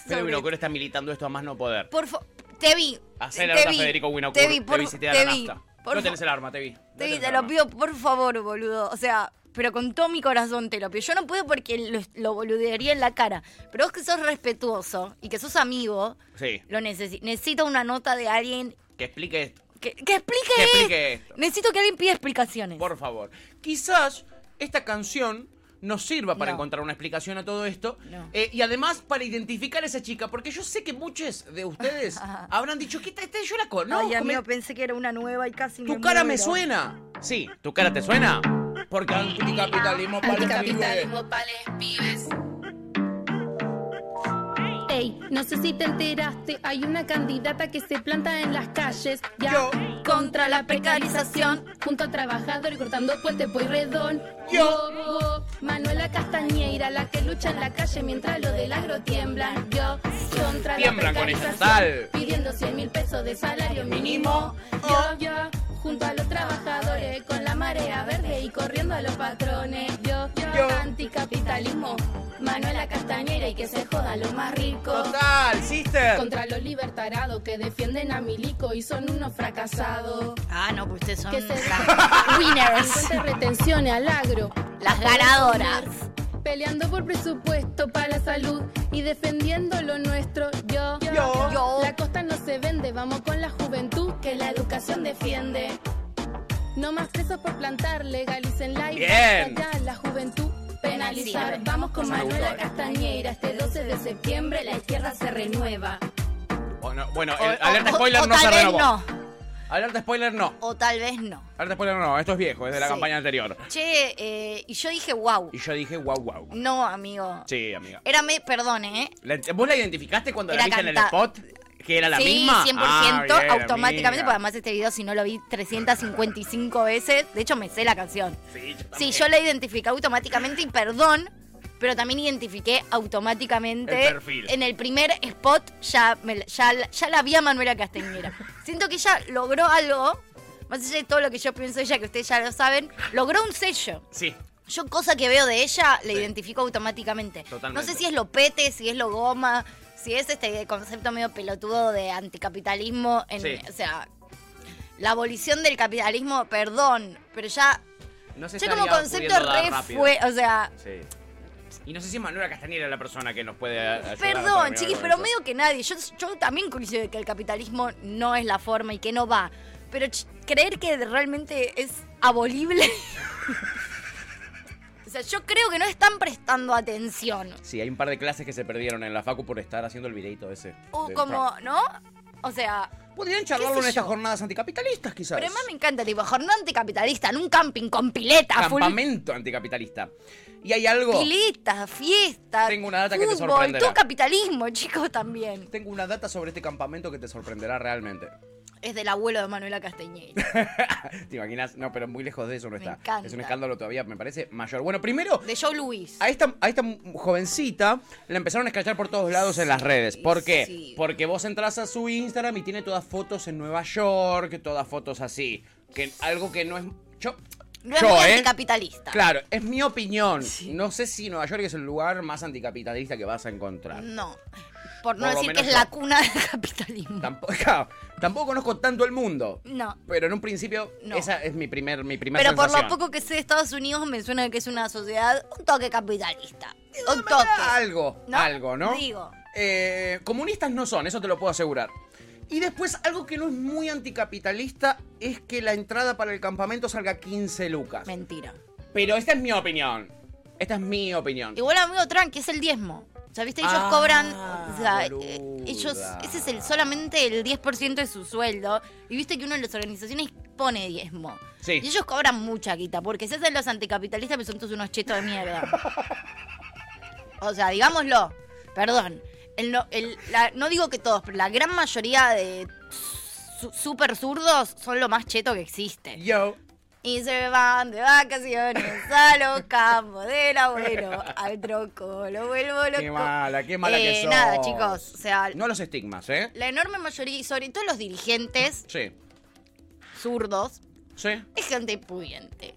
[SPEAKER 2] Fede Winocuro está militando esto a más no poder.
[SPEAKER 3] Por favor. Tevi.
[SPEAKER 2] Hacer la nota a
[SPEAKER 3] Tevi,
[SPEAKER 2] Federico Winocuro.
[SPEAKER 3] Tevi, por
[SPEAKER 2] Tevi, se te da la
[SPEAKER 3] Tevi,
[SPEAKER 2] nafta.
[SPEAKER 3] por
[SPEAKER 2] No
[SPEAKER 3] fa-
[SPEAKER 2] tenés el arma, Tevi. No
[SPEAKER 3] Tevi,
[SPEAKER 2] tenés
[SPEAKER 3] te
[SPEAKER 2] el
[SPEAKER 3] lo
[SPEAKER 2] arma.
[SPEAKER 3] pido, por favor, boludo. O sea, pero con todo mi corazón te lo pido. Yo no puedo porque lo, lo boludearía en la cara. Pero vos que sos respetuoso y que sos amigo,
[SPEAKER 2] Sí,
[SPEAKER 3] lo necesi- necesito una nota de alguien
[SPEAKER 2] que explique esto.
[SPEAKER 3] que, que explique
[SPEAKER 2] Que
[SPEAKER 3] esto.
[SPEAKER 2] explique esto,
[SPEAKER 3] Necesito que alguien pida explicaciones.
[SPEAKER 2] por favor. Quizás esta canción nos sirva para
[SPEAKER 3] No.
[SPEAKER 2] encontrar una explicación a todo esto.
[SPEAKER 3] No.
[SPEAKER 2] Eh, y además para identificar a esa chica, porque yo sé que muchos de ustedes habrán dicho que esta, esta yo la conozco.
[SPEAKER 3] Ay, amigo,
[SPEAKER 2] me-
[SPEAKER 3] pensé que era una nueva y casi
[SPEAKER 2] tu cara me
[SPEAKER 3] muero.
[SPEAKER 2] suena. Sí, tu cara te suena. Porque anticapitalismo para el pibe.
[SPEAKER 13] Ey, no sé si te enteraste, hay una candidata que se planta en las calles ya contra la precarización, junto a trabajadores cortando puente Pueyrredón. Yo, Manuela Castañeira, la que lucha en la calle mientras los del agro tiemblan. Yo, contra
[SPEAKER 2] Tiemblan
[SPEAKER 13] la
[SPEAKER 2] con ella,
[SPEAKER 13] precarización,
[SPEAKER 2] sal.
[SPEAKER 13] pidiendo 100 mil pesos de salario mínimo. Yo, yo, junto a los trabajadores con la marea verde y corriendo a los patrones. Yo, yo, anticapitalismo, Manuela Castañera y que se jodan los más ricos.
[SPEAKER 2] Total, sister.
[SPEAKER 13] Contra los libertarados que defienden a Milico y son unos fracasados.
[SPEAKER 3] Ah, no, pues ustedes son
[SPEAKER 13] Que se-
[SPEAKER 3] las winners.
[SPEAKER 13] 50 retenciones al agro.
[SPEAKER 3] Las ganadoras.
[SPEAKER 13] Peleando por presupuesto para la salud y defendiendo lo nuestro. Yo,
[SPEAKER 3] Yo. Yo.
[SPEAKER 13] la costa no se vende, vamos con la juventud que la educación defiende. No más presos por plantar, legalicen la
[SPEAKER 2] Bien.
[SPEAKER 13] la juventud
[SPEAKER 22] penalizar. Vamos con
[SPEAKER 2] Esa me gustó,
[SPEAKER 22] Manuela
[SPEAKER 2] eh.
[SPEAKER 22] Castañeira, este 12 de septiembre la izquierda se renueva.
[SPEAKER 2] O no- bueno, el
[SPEAKER 3] O-
[SPEAKER 2] alerta
[SPEAKER 3] o-
[SPEAKER 2] spoiler
[SPEAKER 3] o
[SPEAKER 2] no se
[SPEAKER 3] tal vez
[SPEAKER 2] renovó.
[SPEAKER 3] no.
[SPEAKER 2] Alerta spoiler no.
[SPEAKER 3] O tal vez no.
[SPEAKER 2] Alerta spoiler no, esto es viejo, es de la
[SPEAKER 3] Sí.
[SPEAKER 2] campaña anterior.
[SPEAKER 3] Che, eh, y yo dije, wow.
[SPEAKER 2] Y yo dije, wow, wow.
[SPEAKER 3] No, amigo.
[SPEAKER 2] Sí, amiga.
[SPEAKER 3] Era me, perdone, ¿eh?
[SPEAKER 2] La- ¿Vos la identificaste cuando la
[SPEAKER 3] Era
[SPEAKER 2] viste en el
[SPEAKER 3] canta-
[SPEAKER 2] spot? ¿Que era la
[SPEAKER 3] sí,
[SPEAKER 2] misma?
[SPEAKER 3] 100%
[SPEAKER 2] Ah, bien,
[SPEAKER 3] automáticamente,
[SPEAKER 2] amiga.
[SPEAKER 3] porque además este video si no lo vi 355 veces, de hecho me sé la canción.
[SPEAKER 2] Sí, yo
[SPEAKER 3] Sí,
[SPEAKER 2] también.
[SPEAKER 3] yo la identifiqué automáticamente y perdón, pero también identifiqué automáticamente
[SPEAKER 2] El perfil.
[SPEAKER 3] en el primer spot ya, me la- ya, ya la vi a Manuela Castañera. Siento que ella logró algo, más allá de todo lo que yo pienso de ella, que ustedes ya lo saben, logró un sello.
[SPEAKER 2] Sí.
[SPEAKER 3] Yo cosa que veo de ella, la
[SPEAKER 2] Sí.
[SPEAKER 3] identifico automáticamente.
[SPEAKER 2] Totalmente.
[SPEAKER 3] No sé si es lo pete, si es lo goma, si es este concepto medio pelotudo de anticapitalismo. En,
[SPEAKER 2] Sí.
[SPEAKER 3] O sea, la abolición del capitalismo, perdón, pero ya,
[SPEAKER 2] No se
[SPEAKER 3] ya como
[SPEAKER 2] estaría
[SPEAKER 3] concepto
[SPEAKER 2] pudiendo dar
[SPEAKER 3] re
[SPEAKER 2] rápido.
[SPEAKER 3] fue, o sea,
[SPEAKER 2] Sí. Y no sé si Manuela Castañera es la persona que nos puede ayudar. a
[SPEAKER 3] perdón,
[SPEAKER 2] terminar
[SPEAKER 3] chiquis,
[SPEAKER 2] con
[SPEAKER 3] pero
[SPEAKER 2] eso.
[SPEAKER 3] medio que nadie. Yo, yo también coincido que el capitalismo no es la forma y que no va. Pero ch- creer que realmente es abolible. o sea, yo creo que no están prestando atención.
[SPEAKER 2] Sí, hay un par de clases que se perdieron en la facu por estar haciendo el videito ese.
[SPEAKER 3] O
[SPEAKER 2] de
[SPEAKER 3] como,
[SPEAKER 2] Trump.
[SPEAKER 3] ¿no? O sea.
[SPEAKER 2] Podrían charlarlo en estas jornadas anticapitalistas, quizás.
[SPEAKER 3] Pero además me encanta, tipo, jornada anticapitalista, en un camping con pileta, full
[SPEAKER 2] Campamento anticapitalista. Y hay algo...
[SPEAKER 3] pileta, fiesta.
[SPEAKER 2] Tengo una data que te
[SPEAKER 3] fútbol,
[SPEAKER 2] sorprenderá.
[SPEAKER 3] Todo capitalismo, chicos, también.
[SPEAKER 2] Tengo una data sobre este campamento que te sorprenderá realmente.
[SPEAKER 3] Es del abuelo de Manuela Castañeda.
[SPEAKER 2] ¿Te imaginas? No, pero muy lejos de eso no
[SPEAKER 3] Me
[SPEAKER 2] está.
[SPEAKER 3] encanta.
[SPEAKER 2] Es un escándalo todavía, me parece mayor. Bueno, primero.
[SPEAKER 3] De Joe Luis.
[SPEAKER 2] A esta, a esta jovencita la empezaron a escrachar por todos lados en las redes. ¿Por qué? Porque vos entras a su Instagram y tiene todas fotos en Nueva York, todas fotos así. Que, algo que no es. Yo.
[SPEAKER 3] No es
[SPEAKER 2] yo,
[SPEAKER 3] muy
[SPEAKER 2] ¿eh?
[SPEAKER 3] anticapitalista.
[SPEAKER 2] Claro, es mi opinión. No sé si Nueva York es el lugar más anticapitalista que vas a encontrar.
[SPEAKER 3] No. Por no
[SPEAKER 2] Por lo
[SPEAKER 3] decir que
[SPEAKER 2] menos
[SPEAKER 3] es
[SPEAKER 2] no.
[SPEAKER 3] la cuna del capitalismo.
[SPEAKER 2] Tampoco, claro, tampoco conozco tanto el mundo.
[SPEAKER 3] No.
[SPEAKER 2] Pero en un principio,
[SPEAKER 3] No.
[SPEAKER 2] esa es mi primer, mi primer
[SPEAKER 3] Pero por lo
[SPEAKER 2] sensación.
[SPEAKER 3] poco que sé de Estados Unidos, me suena que es una sociedad un toque capitalista. Un toque.
[SPEAKER 2] Algo,
[SPEAKER 3] ¿No?
[SPEAKER 2] algo, ¿no?
[SPEAKER 3] Digo.
[SPEAKER 2] Eh, comunistas no son, eso te lo puedo asegurar. Y después, algo que no es muy anticapitalista es que la entrada para el campamento salga 15 lucas.
[SPEAKER 3] Mentira.
[SPEAKER 2] Pero esta es mi opinión. Esta es mi opinión.
[SPEAKER 3] Igual, amigo Tranqui, es el diezmo. O sea, viste, ellos
[SPEAKER 2] Ah,
[SPEAKER 3] cobran. O sea, eh, ellos. Ese es el solamente el 10% de su sueldo. Y viste que una de las organizaciones pone diezmo.
[SPEAKER 2] Sí.
[SPEAKER 3] Y ellos cobran mucha guita, porque se hacen los anticapitalistas, pero son todos unos chetos de mierda. o sea, digámoslo. Perdón. El no, el- la- no digo que todos, pero la gran mayoría de su- super zurdos son lo más cheto que existe.
[SPEAKER 2] Yo.
[SPEAKER 3] Y se van de vacaciones a los campos del abuelo. Al troco, lo vuelvo loco.
[SPEAKER 2] Qué mala, qué mala que
[SPEAKER 3] Eh,
[SPEAKER 2] sos.
[SPEAKER 3] Nada, chicos. O sea,
[SPEAKER 2] No los estigmas, ¿eh?
[SPEAKER 3] la enorme mayoría, y sobre todo los dirigentes
[SPEAKER 2] Sí,
[SPEAKER 3] zurdos,
[SPEAKER 2] sí.
[SPEAKER 3] es gente pudiente.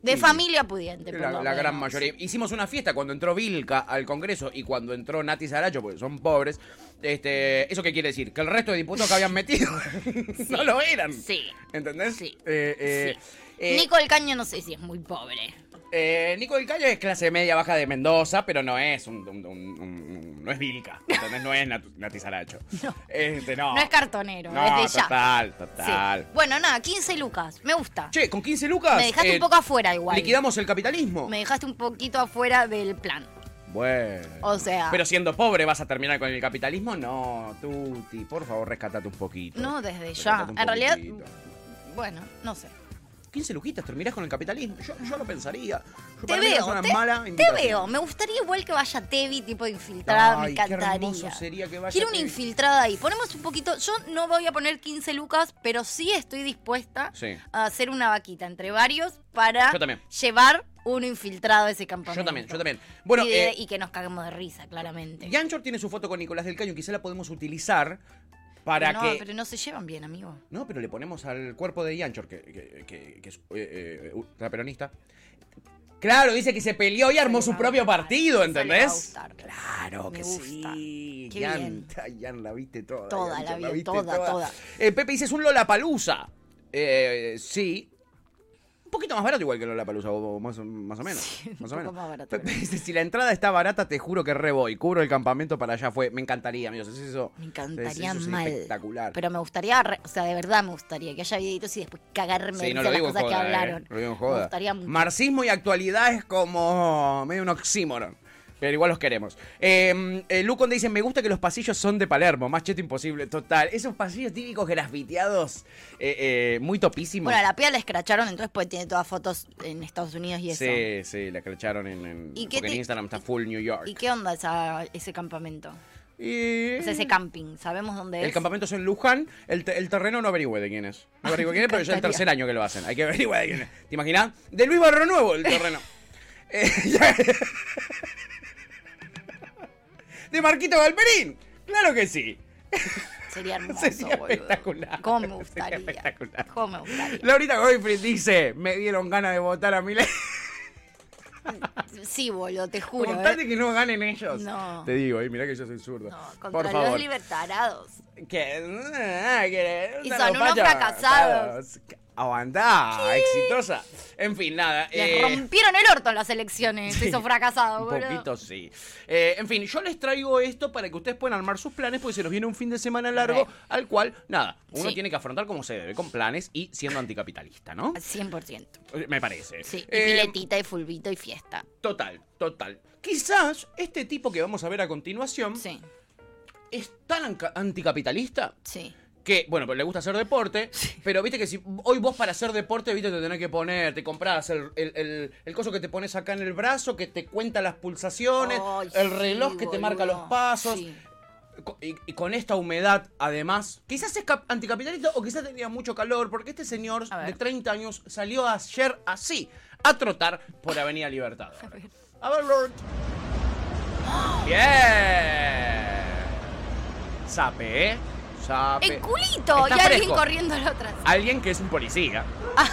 [SPEAKER 3] De
[SPEAKER 2] Sí.
[SPEAKER 3] familia pudiente, por
[SPEAKER 2] La,
[SPEAKER 3] lo
[SPEAKER 2] la gran
[SPEAKER 3] menos.
[SPEAKER 2] mayoría. Hicimos una fiesta cuando entró Vilca al Congreso y cuando entró Nati Saracho, porque son pobres. Este, ¿Eso qué quiere decir? Que el resto de diputados que habían metido no lo eran.
[SPEAKER 3] Sí.
[SPEAKER 2] ¿Entendés? Sí. Eh, eh, eh,
[SPEAKER 3] Nico del Caño no sé si es muy pobre.
[SPEAKER 2] eh, Nico del Calle es clase media baja de Mendoza, pero no es un, un- un- un- no es Vilca. ¿entendés? No es Nat- Nati Saracho. No. Este, no.
[SPEAKER 3] No, es cartonero,
[SPEAKER 2] No,
[SPEAKER 3] es de ya.
[SPEAKER 2] total,
[SPEAKER 3] Sí.
[SPEAKER 2] total.
[SPEAKER 3] Bueno, nada, 15 lucas. Me gusta.
[SPEAKER 2] Che, con 15 lucas.
[SPEAKER 3] Me dejaste
[SPEAKER 2] eh,
[SPEAKER 3] un poco afuera igual.
[SPEAKER 2] Liquidamos el capitalismo.
[SPEAKER 3] Me dejaste un poquito afuera del plan.
[SPEAKER 2] Bueno.
[SPEAKER 3] O sea.
[SPEAKER 2] Pero siendo pobre vas a terminar con el capitalismo. No, Tuti, por favor, rescatate un poquito.
[SPEAKER 3] No, desde
[SPEAKER 2] Rescatate
[SPEAKER 3] ya.
[SPEAKER 2] un
[SPEAKER 3] En realidad,
[SPEAKER 2] poquitito.
[SPEAKER 3] bueno, no sé.
[SPEAKER 2] 15 lujitas, terminás con el capitalismo. Yo, yo lo pensaría. Yo
[SPEAKER 3] Te
[SPEAKER 2] para mí es
[SPEAKER 3] veo,
[SPEAKER 2] una
[SPEAKER 3] te,
[SPEAKER 2] mala
[SPEAKER 3] te
[SPEAKER 2] invitación.
[SPEAKER 3] veo. Me gustaría igual que vaya Tevi, tipo de infiltrada,
[SPEAKER 2] Ay,
[SPEAKER 3] me
[SPEAKER 2] qué
[SPEAKER 3] encantaría.
[SPEAKER 2] hermoso sería que vaya
[SPEAKER 3] Quiero una
[SPEAKER 2] Tevi.
[SPEAKER 3] infiltrada ahí. Ponemos un poquito. Yo no voy a poner 15 lucas, pero sí estoy dispuesta
[SPEAKER 2] Sí.
[SPEAKER 3] a hacer una vaquita entre varios para
[SPEAKER 2] Yo también.
[SPEAKER 3] llevar uno infiltrado a ese campamento.
[SPEAKER 2] Yo también, yo también. Bueno,
[SPEAKER 3] y, de-
[SPEAKER 2] eh,
[SPEAKER 3] y que nos caguemos de risa, claramente.
[SPEAKER 2] Yanchor tiene su foto con Nicolás del Caño. Quizá la podemos utilizar para
[SPEAKER 3] no,
[SPEAKER 2] que.
[SPEAKER 3] pero no se llevan bien, amigo.
[SPEAKER 2] No, pero le ponemos al cuerpo de Yanchor, que, que- que- que es eh, eh, ultraperonista. Claro, dice que se peleó y armó su propio partido, ¿entendés? Claro que sí.
[SPEAKER 3] Qué
[SPEAKER 2] Yan,
[SPEAKER 3] bien.
[SPEAKER 2] Yan, la viste toda.
[SPEAKER 3] Toda
[SPEAKER 2] Yan,
[SPEAKER 3] la vi,
[SPEAKER 2] viste
[SPEAKER 3] toda, toda.
[SPEAKER 2] Eh, Pepe dice, es un Lollapalooza. Eh, sí. Un poquito más barato igual que la palusa, más, o- más o menos. más o menos.
[SPEAKER 3] más barato.
[SPEAKER 2] Pepe dice, si la entrada está barata, te juro que re voy. Cubro el campamento para allá fue. Me encantaría, amigos. Es eso. Me
[SPEAKER 3] encantaría mal.
[SPEAKER 2] Espectacular.
[SPEAKER 3] Pero me gustaría, re- o sea, de verdad me gustaría que haya videitos y después cagarme de
[SPEAKER 2] Sí, no lo
[SPEAKER 3] risa las
[SPEAKER 2] digo en
[SPEAKER 3] cosas que
[SPEAKER 2] joda, eh.
[SPEAKER 3] hablaron.
[SPEAKER 2] Lo digo en
[SPEAKER 3] Me
[SPEAKER 2] joda.
[SPEAKER 3] gustaría mucho.
[SPEAKER 2] Marxismo y actualidad es como medio un oxímoron. Pero igual los queremos. Eh, eh, Lucon dice, me gusta que los pasillos son de Palermo. Más cheto imposible. Total. Esos pasillos típicos grafiteados. eh, eh, muy topísimos.
[SPEAKER 3] Bueno, a la pía la escracharon, entonces pues tiene todas fotos en Estados Unidos y eso.
[SPEAKER 2] Sí, sí, la crecharon en, en-
[SPEAKER 3] ¿Y qué
[SPEAKER 2] porque en
[SPEAKER 3] te-
[SPEAKER 2] Instagram está full New York.
[SPEAKER 3] ¿Y qué onda esa- ese campamento?
[SPEAKER 2] Y-
[SPEAKER 3] O sea, ese camping, ¿sabemos dónde
[SPEAKER 2] El
[SPEAKER 3] es?
[SPEAKER 2] campamento es en Luján. El, te- el terreno no averigüe de quién es. No averigüe quién es, pero ya es el
[SPEAKER 3] encantaría.
[SPEAKER 2] tercer año que lo hacen. Hay que averiguar de quién es. ¿Te imaginas? De Luis Barro Nuevo el terreno. Eh, ya- de Marquito Galperín. Claro que sí.
[SPEAKER 3] Sería hermoso,
[SPEAKER 2] Sería
[SPEAKER 3] boludo.
[SPEAKER 2] espectacular.
[SPEAKER 3] ¿Cómo me gustaría? ¿Cómo me gustaría?
[SPEAKER 2] Laurita Goyfried dice: Me dieron ganas de votar a mi ley.
[SPEAKER 3] Sí, boludo, te juro.
[SPEAKER 2] Contate
[SPEAKER 3] ¿eh?
[SPEAKER 2] que no ganen ellos.
[SPEAKER 3] No.
[SPEAKER 2] Te digo, y mirá que yo soy zurdo.
[SPEAKER 3] Contra
[SPEAKER 2] Por
[SPEAKER 3] los
[SPEAKER 2] favor.
[SPEAKER 3] libertarados.
[SPEAKER 2] Que, ah, que-
[SPEAKER 3] Y
[SPEAKER 2] una
[SPEAKER 3] son unos
[SPEAKER 2] lopacha.
[SPEAKER 3] fracasados.
[SPEAKER 2] Aguantá, exitosa. En fin, nada.
[SPEAKER 3] Les
[SPEAKER 2] eh,
[SPEAKER 3] rompieron el orto en las elecciones, esos fracasados,
[SPEAKER 2] un
[SPEAKER 3] boludo.
[SPEAKER 2] poquito sí. Eh, en fin, yo les traigo esto para que ustedes puedan armar sus planes porque se nos viene un fin de semana largo al cual, nada, uno
[SPEAKER 3] Sí.
[SPEAKER 2] tiene que afrontar como se debe, con planes y siendo anticapitalista, ¿no?
[SPEAKER 3] 100%.
[SPEAKER 2] Me parece.
[SPEAKER 3] Sí, y
[SPEAKER 2] Eh,
[SPEAKER 3] piletita y fulbito y fiesta.
[SPEAKER 2] Total, total. Quizás este tipo que vamos a ver a continuación es tan anca- anticapitalista
[SPEAKER 3] sí.
[SPEAKER 2] que, bueno, pero le gusta hacer deporte, pero viste que si hoy vos para hacer deporte, viste, te tenés que poner, te comprás el, el, el- el coso que te pones acá en el brazo, que te cuenta las pulsaciones,
[SPEAKER 3] Ay,
[SPEAKER 2] el
[SPEAKER 3] sí,
[SPEAKER 2] reloj que te marca los
[SPEAKER 3] boludo,
[SPEAKER 2] pasos. Co- Y, y con esta humedad, además, quizás es cap- anticapitalista o quizás tenía mucho calor, porque este señor de 30 años salió ayer así, a trotar por Avenida Libertad. A ver, Lord. ¡Bien! Sape, ¿eh? Sape.
[SPEAKER 3] En culito
[SPEAKER 2] Está
[SPEAKER 3] y alguien
[SPEAKER 2] fresco. Ah,
[SPEAKER 3] corriendo a la otra.
[SPEAKER 2] Alguien que es un policía,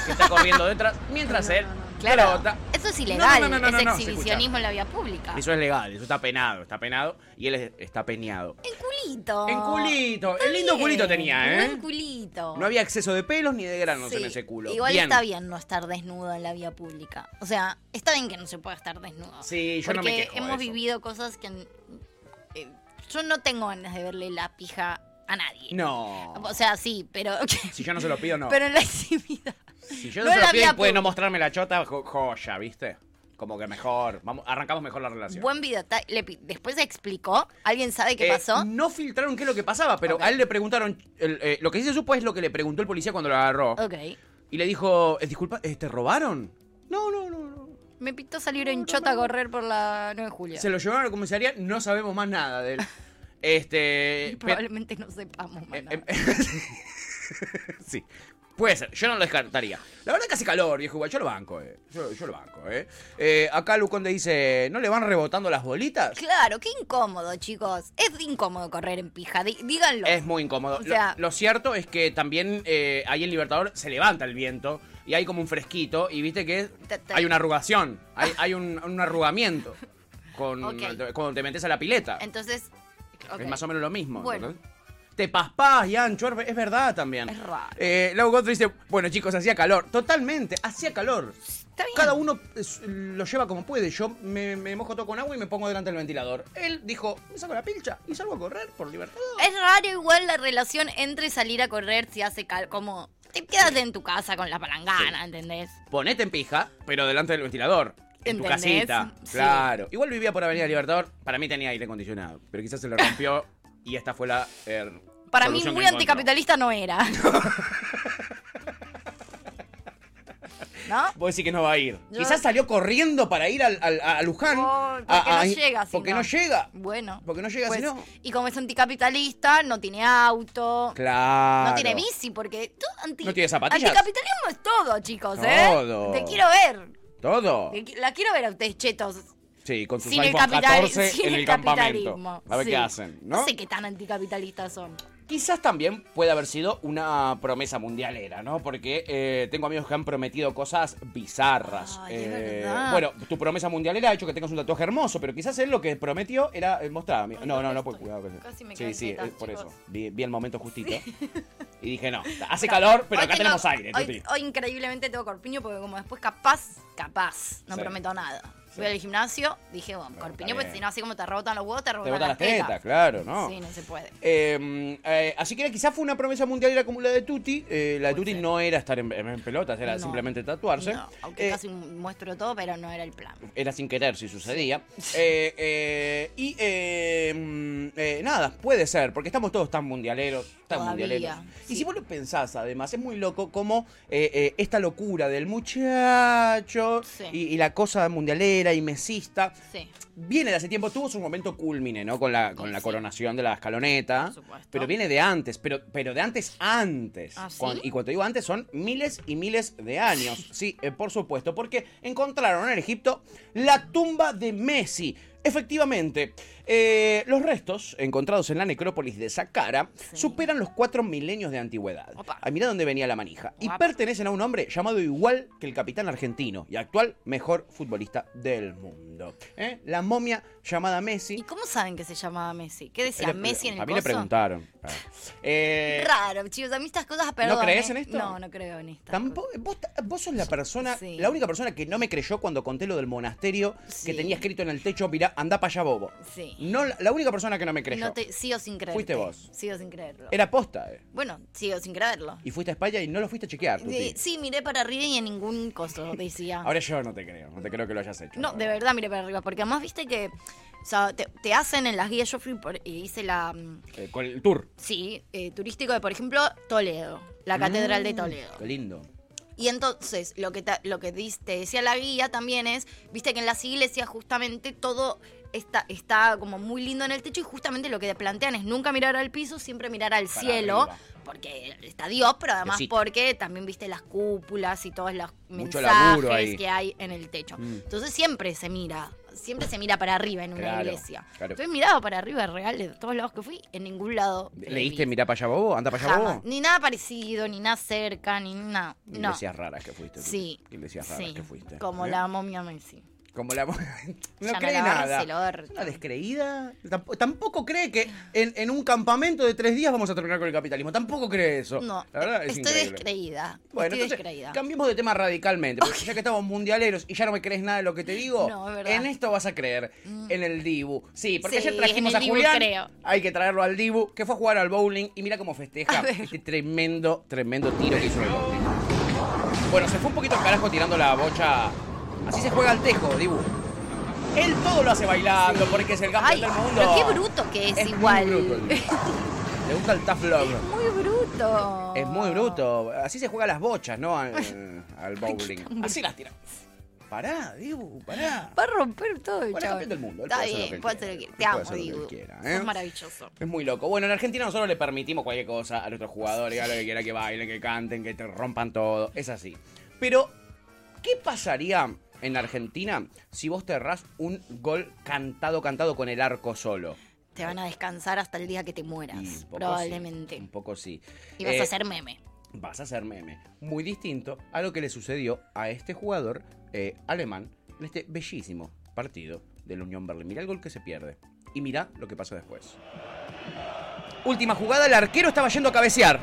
[SPEAKER 2] que está corriendo detrás, mientras él
[SPEAKER 3] Claro.
[SPEAKER 2] trota.
[SPEAKER 3] Eso es
[SPEAKER 2] No, no,
[SPEAKER 3] ilegal,
[SPEAKER 2] no, no, no,
[SPEAKER 3] es
[SPEAKER 2] no, no, se escucha.
[SPEAKER 3] exhibicionismo en la vía pública.
[SPEAKER 2] Eso es legal, eso está penado, está penado. Y él es- está peñado.
[SPEAKER 3] En culito.
[SPEAKER 2] En culito.
[SPEAKER 3] Está
[SPEAKER 2] El lindo
[SPEAKER 3] bien.
[SPEAKER 2] culito tenía,
[SPEAKER 3] Buen
[SPEAKER 2] ¿eh?
[SPEAKER 3] culito.
[SPEAKER 2] No había exceso de pelos ni de granos
[SPEAKER 3] Sí.
[SPEAKER 2] en ese culo.
[SPEAKER 3] Igual está bien no estar desnudo en la vía pública. O sea, está bien que no se pueda estar desnudo.
[SPEAKER 2] Sí, yo no me
[SPEAKER 3] Porque
[SPEAKER 2] quejo de
[SPEAKER 3] hemos
[SPEAKER 2] eso.
[SPEAKER 3] vivido cosas que. eh, yo no tengo ganas de verle la pija a nadie.
[SPEAKER 2] No.
[SPEAKER 3] O sea, sí, pero.
[SPEAKER 2] Si yo no se lo pido, no.
[SPEAKER 3] Pero en la exhibición.
[SPEAKER 2] si yo
[SPEAKER 3] no
[SPEAKER 2] no se
[SPEAKER 3] la
[SPEAKER 2] lo pido y
[SPEAKER 3] había
[SPEAKER 2] puede
[SPEAKER 3] pu-
[SPEAKER 2] no mostrarme la chota, jo- joya, ¿viste? Como que mejor. Vamos, arrancamos mejor la relación.
[SPEAKER 3] Buen video. ta- le pi- Después se explicó. ¿Alguien sabe qué
[SPEAKER 2] Eh,
[SPEAKER 3] pasó?
[SPEAKER 2] No filtraron qué es lo que pasaba, pero a él le preguntaron. el, eh, lo que sí se supo es lo que le preguntó el policía cuando lo agarró.
[SPEAKER 3] Ok.
[SPEAKER 2] Y le dijo: eh, Disculpa, eh, ¿te robaron? No, no, no.
[SPEAKER 3] Me pintó salir en chota a correr por la 9 de julio.
[SPEAKER 2] Se lo llevaron a la comisaría, no sabemos más nada de él. Este. pe-
[SPEAKER 3] Probablemente no
[SPEAKER 2] eh,
[SPEAKER 3] sepamos, man.
[SPEAKER 2] Em, Sí. Puede ser, yo no lo descartaría. La verdad que hace calor, viejo, igual yo lo banco, eh. Yo, yo lo banco, eh. Eh, acá Luconde dice, ¿no le van rebotando las bolitas?
[SPEAKER 3] Claro, qué incómodo, chicos. Es incómodo correr en pija. di- Díganlo.
[SPEAKER 2] Es muy incómodo.
[SPEAKER 3] O
[SPEAKER 2] Lo-
[SPEAKER 3] sea-
[SPEAKER 2] lo, cierto es que también eh, ahí en Libertador se levanta el viento y hay como un fresquito y viste que hay una arrugación, hay, hay un, un arrugamiento con,
[SPEAKER 3] Ok.
[SPEAKER 2] cuando te metes a la pileta.
[SPEAKER 3] Entonces. ok.
[SPEAKER 2] Es más o menos lo mismo.
[SPEAKER 3] Bueno.
[SPEAKER 2] ¿entendés? Te paspás y ancho, es verdad también.
[SPEAKER 3] Es raro.
[SPEAKER 2] Eh, Lau Gottfried dice, bueno chicos, hacía calor. Totalmente, hacía calor. Cada uno es, lo lleva como puede. Yo me, me mojo todo con agua y me pongo delante del ventilador. Él dijo, me saco la pilcha y salgo a correr por libertad.
[SPEAKER 3] Es raro igual la relación entre salir a correr si hace cal como. Te quedas en tu casa con la palangana, ¿entendés?
[SPEAKER 2] Ponete en pija, pero delante del ventilador. En tu
[SPEAKER 3] ¿Entendés?
[SPEAKER 2] casita.
[SPEAKER 3] Sí.
[SPEAKER 2] Claro. Igual vivía por Avenida Libertador. Para mí tenía aire acondicionado. Pero quizás se le rompió y esta fue la. eh,
[SPEAKER 3] Para mí,
[SPEAKER 2] solución que
[SPEAKER 3] muy
[SPEAKER 2] encontró.
[SPEAKER 3] anticapitalista no era. ¿No?
[SPEAKER 2] Vos decís que no va a ir.
[SPEAKER 3] Yo- Oh,
[SPEAKER 2] Quizás salió corriendo para ir al, al- a Luján.
[SPEAKER 3] Porque
[SPEAKER 2] a-
[SPEAKER 3] no
[SPEAKER 2] a-
[SPEAKER 3] llega, si
[SPEAKER 2] Porque no llega.
[SPEAKER 3] Bueno.
[SPEAKER 2] Porque no llega,
[SPEAKER 3] pues,
[SPEAKER 2] si no.
[SPEAKER 3] Y como es anticapitalista, no tiene auto.
[SPEAKER 2] Claro.
[SPEAKER 3] No tiene bici, porque tú anti-
[SPEAKER 2] No tiene zapatillas.
[SPEAKER 3] Anticapitalismo es todo, chicos, ¿eh?
[SPEAKER 2] Todo.
[SPEAKER 3] Te quiero ver.
[SPEAKER 2] Todo.
[SPEAKER 3] Te qui- La quiero ver a ustedes, chetos.
[SPEAKER 2] Sí, con sus
[SPEAKER 3] Sin el
[SPEAKER 2] iPhone
[SPEAKER 3] capital-
[SPEAKER 2] 14
[SPEAKER 3] sin
[SPEAKER 2] en
[SPEAKER 3] el
[SPEAKER 2] el campamento.
[SPEAKER 3] capitalismo,
[SPEAKER 2] A ver
[SPEAKER 3] sí.
[SPEAKER 2] qué hacen,
[SPEAKER 3] No
[SPEAKER 2] ¿no?
[SPEAKER 3] sé qué tan anticapitalistas son.
[SPEAKER 2] Quizás también puede haber sido una promesa mundialera, ¿no? Porque eh, tengo amigos que han prometido cosas bizarras. Eh,
[SPEAKER 23] verdad.
[SPEAKER 2] bueno, tu promesa mundialera ha hecho que tengas un tatuaje hermoso, pero quizás él lo que prometió era eh, mostrar. amigo. No, no, no, pues cuidado. que-
[SPEAKER 3] Casi me
[SPEAKER 2] sí,
[SPEAKER 3] cae
[SPEAKER 2] sí,
[SPEAKER 3] teta,
[SPEAKER 2] es por
[SPEAKER 3] chicos.
[SPEAKER 2] eso. Vi, vi el momento justito. Y dije, no, hace calor, pero
[SPEAKER 3] Hoy
[SPEAKER 2] acá
[SPEAKER 3] tengo-
[SPEAKER 2] tenemos aire.
[SPEAKER 3] Hoy,
[SPEAKER 2] Tuti.
[SPEAKER 3] hoy increíblemente tengo corpiño porque como después capaz, capaz, no
[SPEAKER 2] Sí.
[SPEAKER 3] prometo nada.
[SPEAKER 2] Sí.
[SPEAKER 3] Voy al gimnasio, dije, bueno, corpiño, porque
[SPEAKER 2] bien.
[SPEAKER 3] si no, así como te rebotan los huevos, te rebotan,
[SPEAKER 2] Te botan las tetas,
[SPEAKER 3] tetas.
[SPEAKER 2] claro, ¿no?
[SPEAKER 3] Sí, no se puede.
[SPEAKER 2] Eh, eh, así que quizás fue una promesa mundialera como la de Tuti. Eh, la de Tuti no era estar en, en pelotas, era
[SPEAKER 3] No.
[SPEAKER 2] simplemente tatuarse. Eh,
[SPEAKER 3] No, aunque casi muestro todo, pero no era el plan.
[SPEAKER 2] Era sin querer si sucedía. Eh, eh, y eh, mm, eh, nada, puede ser, porque estamos todos tan mundialeros, tan
[SPEAKER 23] Todavía,
[SPEAKER 2] mundialeros. Y si vos lo pensás, además, es muy loco como eh, eh, esta locura del muchacho y, y la cosa mundialera y mesista
[SPEAKER 3] Sí.
[SPEAKER 2] viene de hace tiempo, tuvo su momento culmine, ¿no? Con la, con la coronación de la escaloneta. Pero viene de antes, pero, pero de antes antes.
[SPEAKER 23] ¿Ah, sí?
[SPEAKER 2] Cuan- y cuando digo antes son miles y miles de años. Sí, eh, por supuesto, porque encontraron en Egipto la tumba de Messi. Efectivamente, eh, los restos encontrados en la necrópolis de Saqqara superan los cuatro milenios de antigüedad. Ah, mirá dónde venía la manija. Y pertenecen a un hombre llamado igual que el capitán argentino y actual mejor futbolista del mundo. ¿Eh? La momia llamada Messi.
[SPEAKER 3] ¿Cómo saben que se llamaba Messi? ¿Qué decía
[SPEAKER 2] Le-
[SPEAKER 3] Messi en el
[SPEAKER 2] A mí le
[SPEAKER 3] coso?
[SPEAKER 2] preguntaron. Ah. Eh,
[SPEAKER 3] Raro, chicos, a mí estas cosas, perdón.
[SPEAKER 2] crees
[SPEAKER 3] ¿eh?
[SPEAKER 2] en esto?
[SPEAKER 3] No, no creo en esto.
[SPEAKER 2] Tampoco, vos, ta- vos sos la persona,
[SPEAKER 3] Sí.
[SPEAKER 2] la única persona que no me creyó cuando conté lo del monasterio
[SPEAKER 3] Sí.
[SPEAKER 2] que tenía escrito en el techo, mirá, anda para allá bobo.
[SPEAKER 3] Sí.
[SPEAKER 2] No, la, la única persona que no me creyó.
[SPEAKER 3] No te, sí o sin creerlo.
[SPEAKER 2] Fuiste vos.
[SPEAKER 3] Sí o sin creerlo.
[SPEAKER 2] Era posta, eh.
[SPEAKER 3] Bueno, sí o sin creerlo.
[SPEAKER 2] Y fuiste a España y no lo fuiste a chequear. Tuti.
[SPEAKER 3] Eh, Sí, miré para arriba y en ningún coso decía.
[SPEAKER 2] Ahora yo no te creo, no te creo que lo hayas hecho.
[SPEAKER 3] No, de verdad, mire para arriba, porque además viste que o sea, te, te hacen en las guías, yo fui por- y hice la, mm,
[SPEAKER 2] Eh, con el tour.
[SPEAKER 3] sí, eh, turístico de, por ejemplo, Toledo, la Catedral de
[SPEAKER 2] Mm,
[SPEAKER 3] Toledo.
[SPEAKER 2] Qué lindo.
[SPEAKER 3] Y entonces, lo que, ta- lo que dis- te decía la guía también es, viste que en las iglesias justamente todo está, está como muy lindo en el techo y justamente lo que te plantean es nunca mirar al piso, siempre mirar al
[SPEAKER 19] Para
[SPEAKER 3] cielo,
[SPEAKER 19] arriba.
[SPEAKER 3] porque está Dios, pero además
[SPEAKER 19] Diosito.
[SPEAKER 3] porque también viste las cúpulas y todos los
[SPEAKER 19] Mucho
[SPEAKER 3] mensajes
[SPEAKER 19] laburo ahí.
[SPEAKER 3] que hay en el techo.
[SPEAKER 19] Mm.
[SPEAKER 3] Entonces siempre se mira, siempre se mira para arriba en una
[SPEAKER 2] Claro,
[SPEAKER 3] iglesia.
[SPEAKER 2] claro.
[SPEAKER 3] Entonces miraba para arriba real de todos lados que fui, en ningún lado.
[SPEAKER 2] ¿Leíste mirá para allá bobo? Anda para allá
[SPEAKER 3] Jamás.
[SPEAKER 2] bobo.
[SPEAKER 3] Ni nada parecido, ni nada cerca, ni nada. No.
[SPEAKER 2] Iglesias raras que fuiste. Tuti.
[SPEAKER 3] Sí.
[SPEAKER 2] Iglesias raras
[SPEAKER 3] Sí,
[SPEAKER 2] que fuiste.
[SPEAKER 3] Como
[SPEAKER 2] ¿Eh?
[SPEAKER 3] la momia Messi.
[SPEAKER 2] Como la. no
[SPEAKER 3] Ya
[SPEAKER 2] cree
[SPEAKER 3] la lavarse
[SPEAKER 2] nada.
[SPEAKER 3] el orto.
[SPEAKER 2] Una descreída. Tampo- Tampoco cree que en, en un campamento de tres días vamos a terminar con el capitalismo. Tampoco cree eso.
[SPEAKER 3] No,
[SPEAKER 2] La verdad es
[SPEAKER 3] Estoy
[SPEAKER 2] increíble.
[SPEAKER 3] descreída.
[SPEAKER 2] Bueno,
[SPEAKER 3] Estoy
[SPEAKER 2] entonces,
[SPEAKER 3] descreída.
[SPEAKER 2] Cambiemos de tema radicalmente, porque ya que estamos mundialeros y ya no me crees nada de lo que te digo,
[SPEAKER 3] No, es verdad. Mm.
[SPEAKER 2] en esto vas a creer, en el Dibu. Sí, porque
[SPEAKER 3] Sí,
[SPEAKER 2] ayer trajimos
[SPEAKER 3] en el
[SPEAKER 2] a
[SPEAKER 3] Dibu
[SPEAKER 2] Julián,
[SPEAKER 3] creo.
[SPEAKER 2] hay que traerlo al Dibu, que fue a jugar al bowling y mira cómo festeja este tremendo, tremendo tiro que hizo en el bowling. Bueno, se fue un poquito al carajo tirando la bocha. Así se juega al tejo, Dibu. Él todo lo hace bailando porque es el campeón
[SPEAKER 3] Ay,
[SPEAKER 2] del mundo.
[SPEAKER 3] pero qué bruto que es,
[SPEAKER 2] Es muy
[SPEAKER 3] igual.
[SPEAKER 2] bruto el Dibu. Le gusta el tough love.
[SPEAKER 3] Muy bruto.
[SPEAKER 2] Es muy bruto. Así se juega las bochas, ¿no? Al, al bowling. Así las tira. Pará, Dibu, pará.
[SPEAKER 3] Va a romper todo el
[SPEAKER 2] Bueno, es
[SPEAKER 3] chabón.
[SPEAKER 2] campeón del mundo, él
[SPEAKER 3] Está
[SPEAKER 2] puede hacer
[SPEAKER 3] bien,
[SPEAKER 2] lo que
[SPEAKER 3] puede hacer lo que
[SPEAKER 2] quiera,
[SPEAKER 3] Te
[SPEAKER 2] puede
[SPEAKER 3] amo,
[SPEAKER 2] hacer lo que
[SPEAKER 3] Dibu.
[SPEAKER 2] quiera, ¿eh?
[SPEAKER 3] Es maravilloso.
[SPEAKER 2] Es muy loco. Bueno, en Argentina nosotros le permitimos cualquier cosa a nuestros jugadores, a lo que quiera que bailen, que canten, que te rompan todo. Es así. Pero, ¿qué pasaría en Argentina si vos te errás un gol cantado, cantado con el arco solo?
[SPEAKER 3] Te van a descansar hasta el día que te mueras,
[SPEAKER 2] Y un poco sí,
[SPEAKER 3] probablemente.
[SPEAKER 2] un poco sí.
[SPEAKER 3] Y vas
[SPEAKER 2] Eh,
[SPEAKER 3] a ser meme.
[SPEAKER 2] vas a ser meme. Muy distinto a lo que le sucedió a este jugador eh, alemán en este bellísimo partido de la Unión Berlín. Mirá el gol que se pierde. Y mirá lo que pasa después. Última jugada, el arquero estaba yendo a cabecear.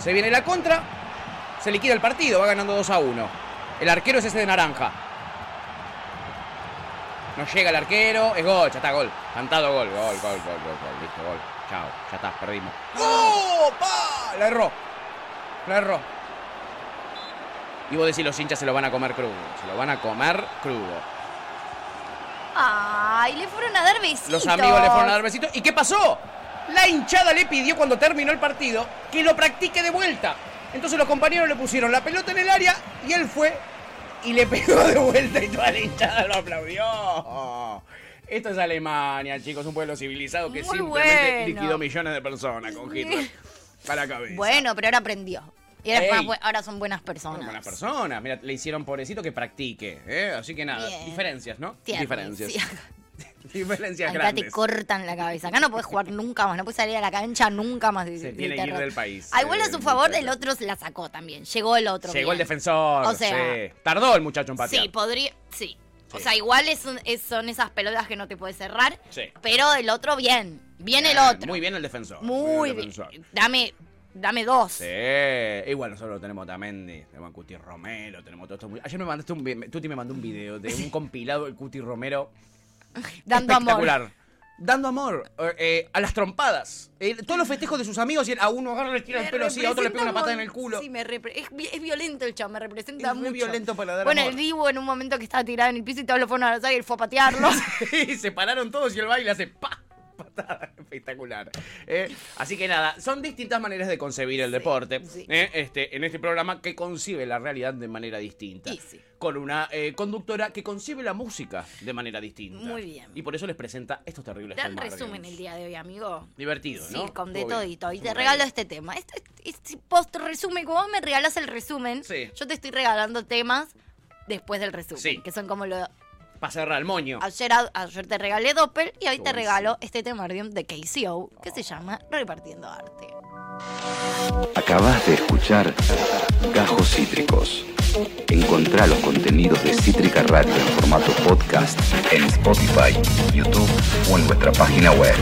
[SPEAKER 2] Se viene la contra, se liquida el partido, va ganando 2 a 1. El arquero es ese de naranja. No llega el arquero, es gol, ya está gol. Cantado gol, gol, gol, gol, gol, gol, listo, gol. Chao, ya está, perdimos. ¡Oh! ¡Pa! La erró. La erró. Y vos decís, los hinchas se lo van a comer crudo. Se lo van a comer crudo.
[SPEAKER 3] Ay, le fueron a dar besitos.
[SPEAKER 2] Los amigos le fueron a dar besitos. ¿Y qué pasó? La hinchada le pidió cuando terminó el partido que lo practique de vuelta. Entonces los compañeros le pusieron la pelota en el área y él fue y le pegó de vuelta y toda la hinchada lo aplaudió. Esto es Alemania, chicos, un pueblo civilizado que
[SPEAKER 3] Oh. Muy
[SPEAKER 2] simplemente
[SPEAKER 3] bueno.
[SPEAKER 2] liquidó millones de personas con Hitler a la cabeza.
[SPEAKER 3] Bueno, pero ahora aprendió. Y ahora,
[SPEAKER 2] Ey.
[SPEAKER 3] fue- fue- ahora son buenas personas.
[SPEAKER 2] Con las personas, mira, le hicieron pobrecito que practique, ¿eh? Así que nada,
[SPEAKER 3] Bien.
[SPEAKER 2] diferencias, ¿no?
[SPEAKER 3] Tierno,
[SPEAKER 2] diferencias.
[SPEAKER 3] sí.
[SPEAKER 2] diferencias
[SPEAKER 3] Acá te
[SPEAKER 2] grandes.
[SPEAKER 3] cortan la cabeza. Acá no puedes jugar nunca más, no puedes salir a la cancha nunca más. De,
[SPEAKER 2] Se
[SPEAKER 3] de
[SPEAKER 2] tiene que ir
[SPEAKER 3] terror.
[SPEAKER 2] del país.
[SPEAKER 3] Ah, Igual a su
[SPEAKER 2] Eh,
[SPEAKER 3] favor, el otro la sacó también. Llegó el otro.
[SPEAKER 2] Llegó el
[SPEAKER 3] bien.
[SPEAKER 2] defensor.
[SPEAKER 3] O sea-
[SPEAKER 2] sí. Tardó el muchacho en patear.
[SPEAKER 3] Sí, podría. Sí. O
[SPEAKER 2] Sí.
[SPEAKER 3] sea, igual es un- es- son esas pelotas que no te puedes cerrar.
[SPEAKER 2] Sí.
[SPEAKER 3] Pero el otro, bien. Bien el
[SPEAKER 2] Bien,
[SPEAKER 3] otro.
[SPEAKER 2] Muy bien el defensor.
[SPEAKER 3] Muy
[SPEAKER 2] el
[SPEAKER 3] bien.
[SPEAKER 2] defensor.
[SPEAKER 3] Dame, dame dos.
[SPEAKER 2] Sí, igual nosotros tenemos Tamendi, tenemos a Cuti Romero, tenemos todo esto. Ayer me mandaste un vi- Tuti me mandó un video de un compilado del Cuti Romero
[SPEAKER 3] Dando amor.
[SPEAKER 2] espectacular. Dando amor eh, eh, a las trompadas. Eh, todos los festejos de sus amigos y él a uno agarra le tira el
[SPEAKER 3] Me
[SPEAKER 2] pelo así, a otro le pega una
[SPEAKER 3] representa
[SPEAKER 2] patada en
[SPEAKER 3] un
[SPEAKER 2] el culo.
[SPEAKER 3] mon- Sí, me repre- es, vi- es violento el chavo, me representa
[SPEAKER 2] Es muy
[SPEAKER 3] mucho.
[SPEAKER 2] violento para dar
[SPEAKER 3] Bueno,
[SPEAKER 2] amor.
[SPEAKER 3] el Divo en un momento que estaba tirado en el piso y todos lo fueron a abrazar y él fue a patearlo.
[SPEAKER 2] y se pararon todos y el baile hace pa patada espectacular Eh, así que nada son distintas maneras de concebir el deporte eh, este en este programa que concibe la realidad de manera distinta con una eh, conductora que concibe la música de manera distinta
[SPEAKER 3] Muy bien.
[SPEAKER 2] y por eso les presenta estos terribles
[SPEAKER 3] Gran
[SPEAKER 2] Hallmark
[SPEAKER 3] resumen el
[SPEAKER 2] Games.
[SPEAKER 3] día de hoy, amigo.
[SPEAKER 2] divertido
[SPEAKER 3] Sí,
[SPEAKER 2] ¿no?
[SPEAKER 3] con de
[SPEAKER 2] Estuvo bien.
[SPEAKER 3] todito. Y
[SPEAKER 2] Estuvo bien.
[SPEAKER 3] te regalo este tema. Este, este post resumen, como vos me regalas el resumen, yo te estoy regalando temas después del resumen.
[SPEAKER 2] Sí.
[SPEAKER 3] Que son como lo.
[SPEAKER 2] para cerrar el moño
[SPEAKER 3] Ayer, a- ayer te regalé Doppel y hoy
[SPEAKER 2] Qué
[SPEAKER 3] te
[SPEAKER 2] buenísimo.
[SPEAKER 3] regalo este tema de KCO que se llama Repartiendo Arte.
[SPEAKER 1] Acabas de escuchar Gajos Cítricos. Encontrá los contenidos de Cítrica Radio en formato podcast en Spotify, YouTube o en nuestra página web.